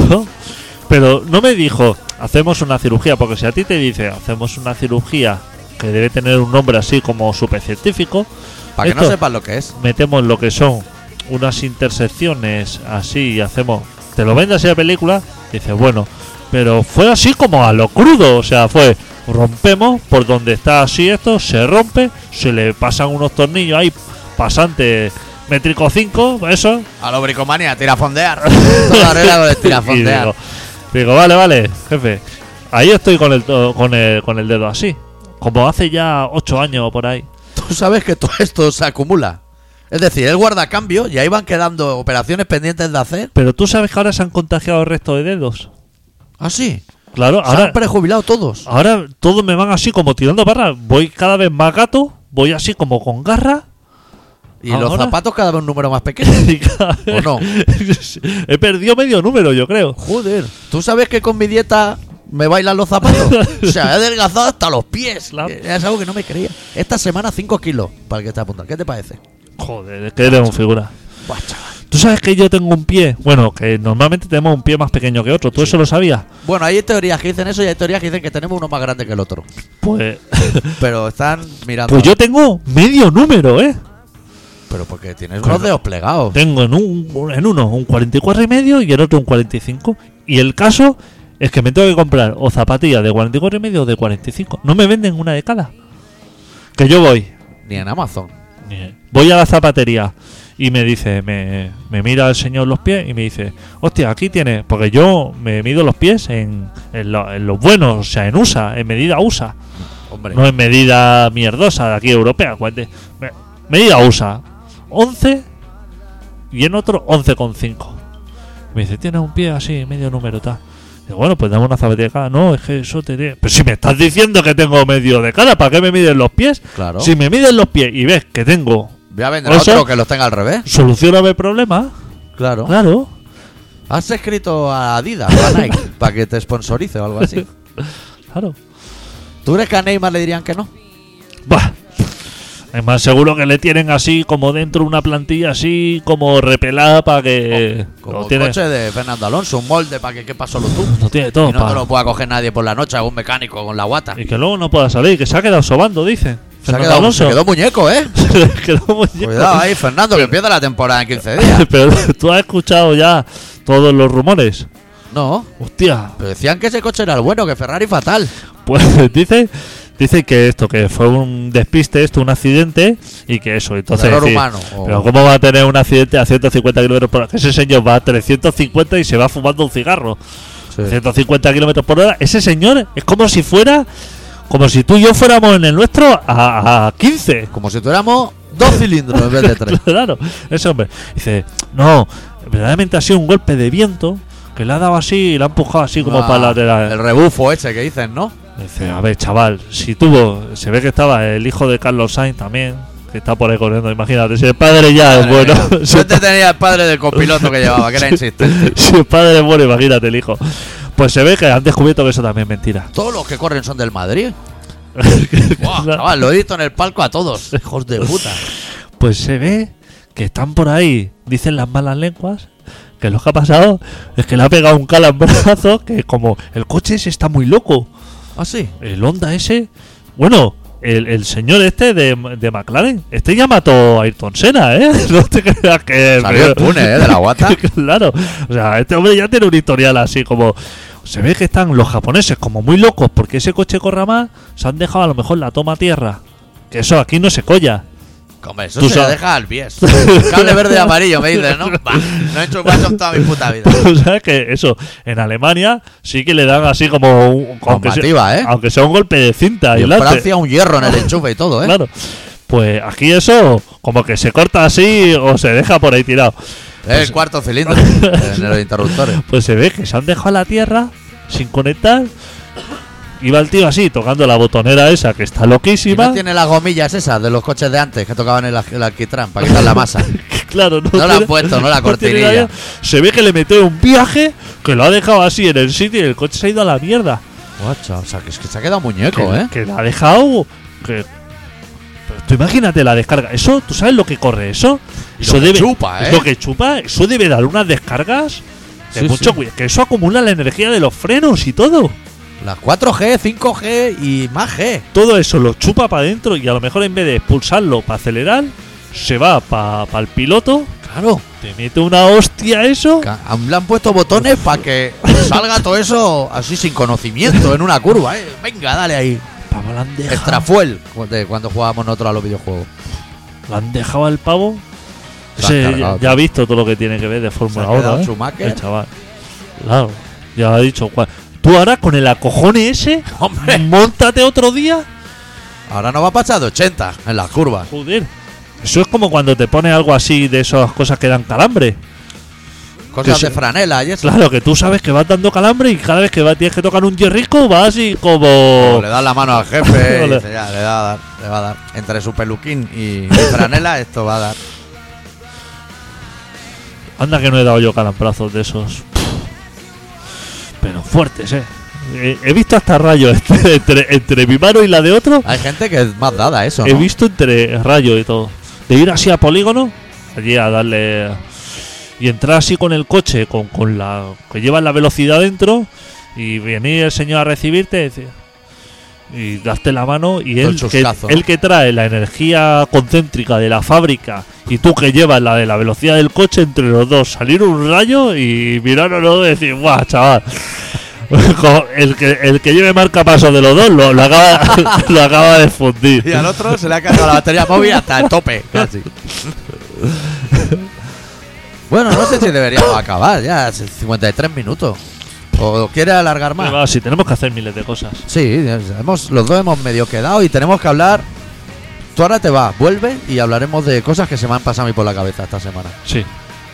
Speaker 2: Pero no me dijo, hacemos una cirugía, porque si a ti te dice, hacemos una cirugía que debe tener un nombre así como supercientífico,
Speaker 1: Para que no
Speaker 2: Esto-
Speaker 1: sepas lo que es.
Speaker 2: metemos lo que son unas intersecciones así y hacemos. Te lo vendes así la película, dices, bueno, pero fue así como a lo crudo, o sea, fue rompemos por donde está así esto, se rompe, se le pasan unos tornillos ahí, pasante métrico 5,
Speaker 1: [laughs]
Speaker 2: eso,
Speaker 1: A lo bricomania, tira a fondear. Toda la regla con el tira a
Speaker 2: [laughs] y
Speaker 1: fondear.
Speaker 2: digo, digo, vale, vale, jefe. Ahí estoy con el, to- con el con el dedo así. Como hace ya ocho años o por ahí.
Speaker 1: Tú sabes que todo esto se acumula. Es decir, él guarda cambio y ahí van quedando operaciones pendientes de hacer.
Speaker 2: Pero tú sabes que ahora se han contagiado el resto de dedos.
Speaker 1: Ah, sí.
Speaker 2: Claro,
Speaker 1: se
Speaker 2: ahora,
Speaker 1: han prejubilado todos.
Speaker 2: ahora todos me van así como tirando barra. Voy cada vez más gato, voy así como con garra. [laughs]
Speaker 1: Y los
Speaker 2: ahora-
Speaker 1: zapatos cada vez un número más pequeño.
Speaker 2: [laughs] y cada vez-
Speaker 1: no?
Speaker 2: He perdido medio número, yo creo.
Speaker 1: Joder. ¿Tú sabes que con mi dieta me bailan los
Speaker 2: [laughs]
Speaker 1: zapatos? o sea, he adelgazado hasta los pies. Eh,
Speaker 2: Claro.
Speaker 1: Es algo que no me creía. Esta semana 5 kilos para el que te apunta. ¿Qué te parece?
Speaker 2: Joder, es que eres un figura.
Speaker 1: Buah, chaval.
Speaker 2: Tú sabes que yo tengo un pie. Bueno, que normalmente tenemos un pie más pequeño que otro. ¿Tú eso lo sabías?
Speaker 1: Bueno, hay teorías que dicen eso y hay teorías que dicen que tenemos uno más grande que el otro. [laughs]
Speaker 2: Pues. [laughs]
Speaker 1: Pero están mirando.
Speaker 2: Pues yo tengo medio número, ¿eh?
Speaker 1: Pero porque tienes
Speaker 2: Claro.
Speaker 1: los dedos plegados.
Speaker 2: Tengo en, un, en uno un 44 y medio y en otro un 45. Y el caso es que me tengo que comprar o zapatillas de 44 y medio o de 45. No me venden una de cada. Que yo voy.
Speaker 1: Ni en Amazon.
Speaker 2: Voy a la zapatería y me dice, me, me mira el señor los pies y me dice, hostia, aquí tiene, porque yo me mido los pies en, en, lo- en los buenos, o sea, en USA, en medida USA.
Speaker 1: Hombre.
Speaker 2: No es medida mierdosa de aquí europea. cuente. Me- Medida USA. 11 y en otro 11,5. Me dice, tiene un pie así, medio número tal. Digo, bueno, pues dame una zapatilla de cada. No, es que eso te... tiene- Pero si me estás diciendo que tengo medio de cada, ¿para qué me miden los pies?
Speaker 1: Claro.
Speaker 2: Si me miden los pies y ves que tengo...
Speaker 1: Voy a vender
Speaker 2: Eso-
Speaker 1: otro que los tenga al revés.
Speaker 2: Solucioname el problema.
Speaker 1: Claro.
Speaker 2: Claro.
Speaker 1: Has escrito a Adidas o a
Speaker 2: [laughs]
Speaker 1: Nike para que te sponsorice o algo así.
Speaker 2: Claro.
Speaker 1: ¿Tú crees que a Neymar le dirían que no?
Speaker 2: Bah. Es más seguro que le tienen así como dentro una plantilla así como repelada para que...
Speaker 1: Como
Speaker 2: lo
Speaker 1: el
Speaker 2: tiene-
Speaker 1: coche de Fernando Alonso, un molde para que quepa solo tú.
Speaker 2: Lo tiene
Speaker 1: Y
Speaker 2: todo,
Speaker 1: no
Speaker 2: pa.
Speaker 1: te lo pueda coger nadie por la noche, algún mecánico con la guata.
Speaker 2: Y que luego no pueda salir, que se ha quedado sobando, dice.
Speaker 1: Se, ha
Speaker 2: Fernando
Speaker 1: quedado,
Speaker 2: Alonso.
Speaker 1: se
Speaker 2: [laughs]
Speaker 1: quedó muñeco, ¿eh?
Speaker 2: Se quedó muy lleno.
Speaker 1: Cuidado eh,
Speaker 2: [laughs]
Speaker 1: ahí, Fernando, que empieza la temporada en 15 días.
Speaker 2: Pero tú has escuchado ya todos los rumores.
Speaker 1: No,
Speaker 2: Hostia,
Speaker 1: pero decían que ese coche era el bueno, que Ferrari fatal.
Speaker 2: pues [laughs] dice, dice que esto, que fue un despiste, esto, un accidente, y que eso. Entonces,
Speaker 1: error
Speaker 2: decir,
Speaker 1: humano, o-
Speaker 2: Pero ¿cómo va a tener un accidente a 150 kilómetros por hora? Que Ese señor va a 350 y se va fumando un cigarro. 150 kilómetros por hora. Ese señor es como si fuera, como si tú y yo fuéramos en el nuestro a, a 15.
Speaker 1: Como si tuviéramos dos cilindros en vez de tres.
Speaker 2: Claro, ese hombre. Dice, no, verdaderamente ha sido un golpe de viento que le ha dado así y le ha empujado así [laughs] como
Speaker 1: Ah,
Speaker 2: para la de la-
Speaker 1: El rebufo ese que dicen, ¿no?
Speaker 2: Dice, a ver, chaval, si tuvo, se ve que estaba el hijo de Carlos Sainz también, que está por ahí corriendo, imagínate, si el padre ya es bueno, [laughs] si
Speaker 1: Yo
Speaker 2: el
Speaker 1: te Eh, [laughs] tenía el padre del copiloto que llevaba,
Speaker 2: [laughs]
Speaker 1: que era insistente.
Speaker 2: si el padre es bueno, imagínate el hijo. Pues se ve que han descubierto que eso también es mentira. [laughs]
Speaker 1: Todos los que corren son del Madrid. Buah, chaval, lo he visto en el palco a todos. Hijos de puta.
Speaker 2: Pues se ve que están por ahí, dicen las malas lenguas, que lo que ha pasado es que le ha pegado un calambrazo, que como el coche ese está muy loco,
Speaker 1: Ah, sí.
Speaker 2: el Honda ese, bueno, el, el señor este de, de McLaren, este ya mató a Ayrton Senna, ¿eh? [laughs] No te creas que...
Speaker 1: Salió impune, ¿eh? De la guata.
Speaker 2: [laughs] claro, o sea, este hombre ya tiene un historial así como... Se ve que están los japoneses como muy locos porque ese coche corra más, se han dejado a lo mejor la toma a tierra. Que eso aquí no se colla.
Speaker 1: Hombre, eso
Speaker 2: Tú
Speaker 1: se lo
Speaker 2: sabes.
Speaker 1: deja al
Speaker 2: [laughs]
Speaker 1: pies. Cable verde y amarillo, me dices, ¿no? Bah, no he hecho eso en toda mi puta vida. [laughs]
Speaker 2: o sea que eso, en Alemania sí que le dan así como un, aunque
Speaker 1: Combativa,
Speaker 2: sea,
Speaker 1: ¿eh?
Speaker 2: aunque sea un golpe de cinta
Speaker 1: Y
Speaker 2: y
Speaker 1: en
Speaker 2: late.
Speaker 1: Francia un hierro en el enchufe y todo, ¿eh?
Speaker 2: Claro. Pues aquí eso, como que se corta así o se deja por ahí tirado.
Speaker 1: Es el cuarto
Speaker 2: [laughs]
Speaker 1: cilindro en los interruptores.
Speaker 2: Pues se ve que se han dejado a la tierra sin conectar. Iba el tío así, tocando la botonera esa que está
Speaker 1: Y
Speaker 2: loquísima.
Speaker 1: no tiene las gomillas esas de los coches de antes que tocaban el, aj- el alquitrán para quitar la
Speaker 2: [laughs]
Speaker 1: masa.
Speaker 2: [laughs] claro, no,
Speaker 1: No la
Speaker 2: tiene-
Speaker 1: han puesto, no
Speaker 2: [laughs]
Speaker 1: la
Speaker 2: tiene
Speaker 1: cortinilla.
Speaker 2: nada. Se ve que le metió un viaje que lo ha dejado así en el sitio y el coche se ha ido a la mierda.
Speaker 1: Guacho, o sea, que, es que se ha quedado muñeco,
Speaker 2: que,
Speaker 1: ¿eh?
Speaker 2: que la ha dejado. Que... Pero tú imagínate la descarga. Eso, ¿tú sabes lo que corre eso?
Speaker 1: Y
Speaker 2: eso
Speaker 1: lo que
Speaker 2: debe,
Speaker 1: chupa,
Speaker 2: es
Speaker 1: ¿eh?
Speaker 2: Lo que chupa, eso debe dar unas descargas de
Speaker 1: Sí,
Speaker 2: mucho
Speaker 1: sí.
Speaker 2: cuidado. Que eso acumula la energía de los frenos y todo.
Speaker 1: Las 4G, 5G y más G.
Speaker 2: Todo eso lo chupa para adentro y a lo mejor en vez de expulsarlo para acelerar, se va para el piloto.
Speaker 1: Claro.
Speaker 2: Te mete una hostia eso.
Speaker 1: Aún le han puesto botones para que salga todo eso así sin conocimiento en una curva, ¿eh? Venga, dale ahí.
Speaker 2: Pavo, la han dejado-
Speaker 1: Extrafuel, cu- de cuando jugábamos nosotros a los
Speaker 2: [laughs]
Speaker 1: videojuegos.
Speaker 2: la han dejado al pavo.
Speaker 1: Se
Speaker 2: Ese
Speaker 1: ha
Speaker 2: ya-
Speaker 1: cargado.
Speaker 2: ya, ha visto todo lo que tiene que ver de Fórmula
Speaker 1: Se ha quedado
Speaker 2: 1. ¿eh?
Speaker 1: Schumacher.
Speaker 2: El chaval. Claro, ya ha dicho. "Cua- Tú ahora con el acojone ese,
Speaker 1: Hombre.
Speaker 2: montate otro día.
Speaker 1: Ahora nos va a pasar de 80 en las curvas.
Speaker 2: Joder, eso es como cuando te pones algo así de esas cosas que dan calambre.
Speaker 1: Cosas
Speaker 2: Que
Speaker 1: de
Speaker 2: se-
Speaker 1: franela y eso.
Speaker 2: Claro, que tú sabes que vas dando calambre y cada vez que vas, tienes que tocar un hierrico, vas así como.
Speaker 1: Le da la mano al
Speaker 2: [laughs]
Speaker 1: jefe eh, y
Speaker 2: Ole.
Speaker 1: dice, ya, le, da, a dar, le va a dar. Entre su peluquín y, y franela, esto va a dar.
Speaker 2: Anda que no he dado yo calambrazos de esos. Pero fuertes, eh. He, he visto hasta rayos [laughs] entre, entre- entre mi mano y la de otro.
Speaker 1: Hay gente que es más dada a eso,
Speaker 2: He
Speaker 1: ¿no?
Speaker 2: visto entre rayos y todo. De ir así a polígono, allí a darle. Y entrar así con el coche, con, con la. que lleva la velocidad dentro. Y venir el señor a recibirte y decir- y darte la mano. Y
Speaker 1: Todo
Speaker 2: él
Speaker 1: el
Speaker 2: que,
Speaker 1: chuscazo.
Speaker 2: él que trae la energía concéntrica de la fábrica y tú que llevas la de la velocidad del coche entre los dos, salir un rayo y mirarnos y decir, ¡guau, chaval! [laughs] Como el, que, el que lleve marca paso de los dos lo, lo acaba, [laughs] lo acaba de fundir.
Speaker 1: Y al otro se le ha cargado la batería móvil hasta el tope, casi. bueno, no sé si deberíamos acabar ya, hace 53 minutos. ¿O quiere alargar
Speaker 2: Ahí
Speaker 1: más?
Speaker 2: va, si tenemos que hacer miles de cosas.
Speaker 1: Sí, hemos, los dos hemos medio quedado y tenemos que hablar. Tú ahora te vas, vuelve y hablaremos de cosas que se me han pasado a mí por la cabeza esta semana.
Speaker 2: Sí,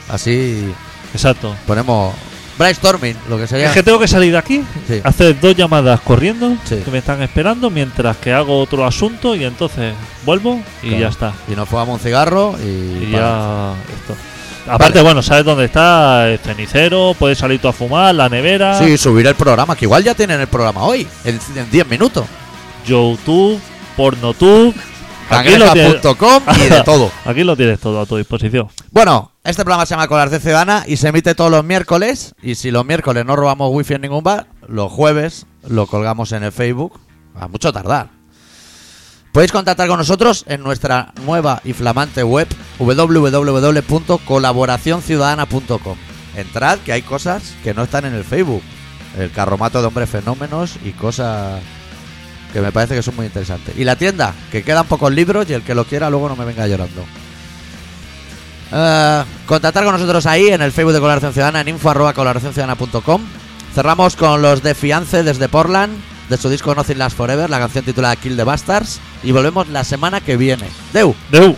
Speaker 1: Así
Speaker 2: exacto.
Speaker 1: ponemos brainstorming, lo que sería.
Speaker 2: Es que tengo que salir de aquí,
Speaker 1: Sí.
Speaker 2: hacer dos llamadas corriendo
Speaker 1: Sí.
Speaker 2: que me están esperando mientras que hago otro asunto y entonces vuelvo y
Speaker 1: Claro.
Speaker 2: ya está.
Speaker 1: Y nos fumamos un cigarro y.
Speaker 2: Y
Speaker 1: para.
Speaker 2: ya esto. Aparte, bueno, sabes dónde está el cenicero, puedes salir tú a fumar, la nevera,
Speaker 1: Sí, subir el programa, que igual ya tienen el programa hoy, en en 10 minutos.
Speaker 2: YouTube, PornoTube. Aquí lo, tienes,
Speaker 1: Cangreja.com y de todo.
Speaker 2: [laughs] aquí lo tienes todo a tu disposición.
Speaker 1: Bueno, este programa se llama Colarse Ciudadana y se emite todos los miércoles. Y si los miércoles no robamos wifi en ningún bar, los jueves lo colgamos en el Facebook. A mucho tardar. Podéis contactar con nosotros en nuestra nueva y flamante web www.colaboracionciudadana.com. Entrad, que hay cosas que no están en el Facebook. El carromato de hombres fenómenos y cosas que me parece que son muy interesantes. Y la tienda, que quedan pocos libros y el que lo quiera luego no me venga llorando. Eh, contactar con nosotros ahí en el Facebook de Colaboración Ciudadana, en info arroba colaboracionciudadana.com. Cerramos con los de Fiance desde Portland, de su disco No Last Forever, la canción titulada Kill the Bastards. Y volvemos la semana que viene. Deu.
Speaker 2: Deu.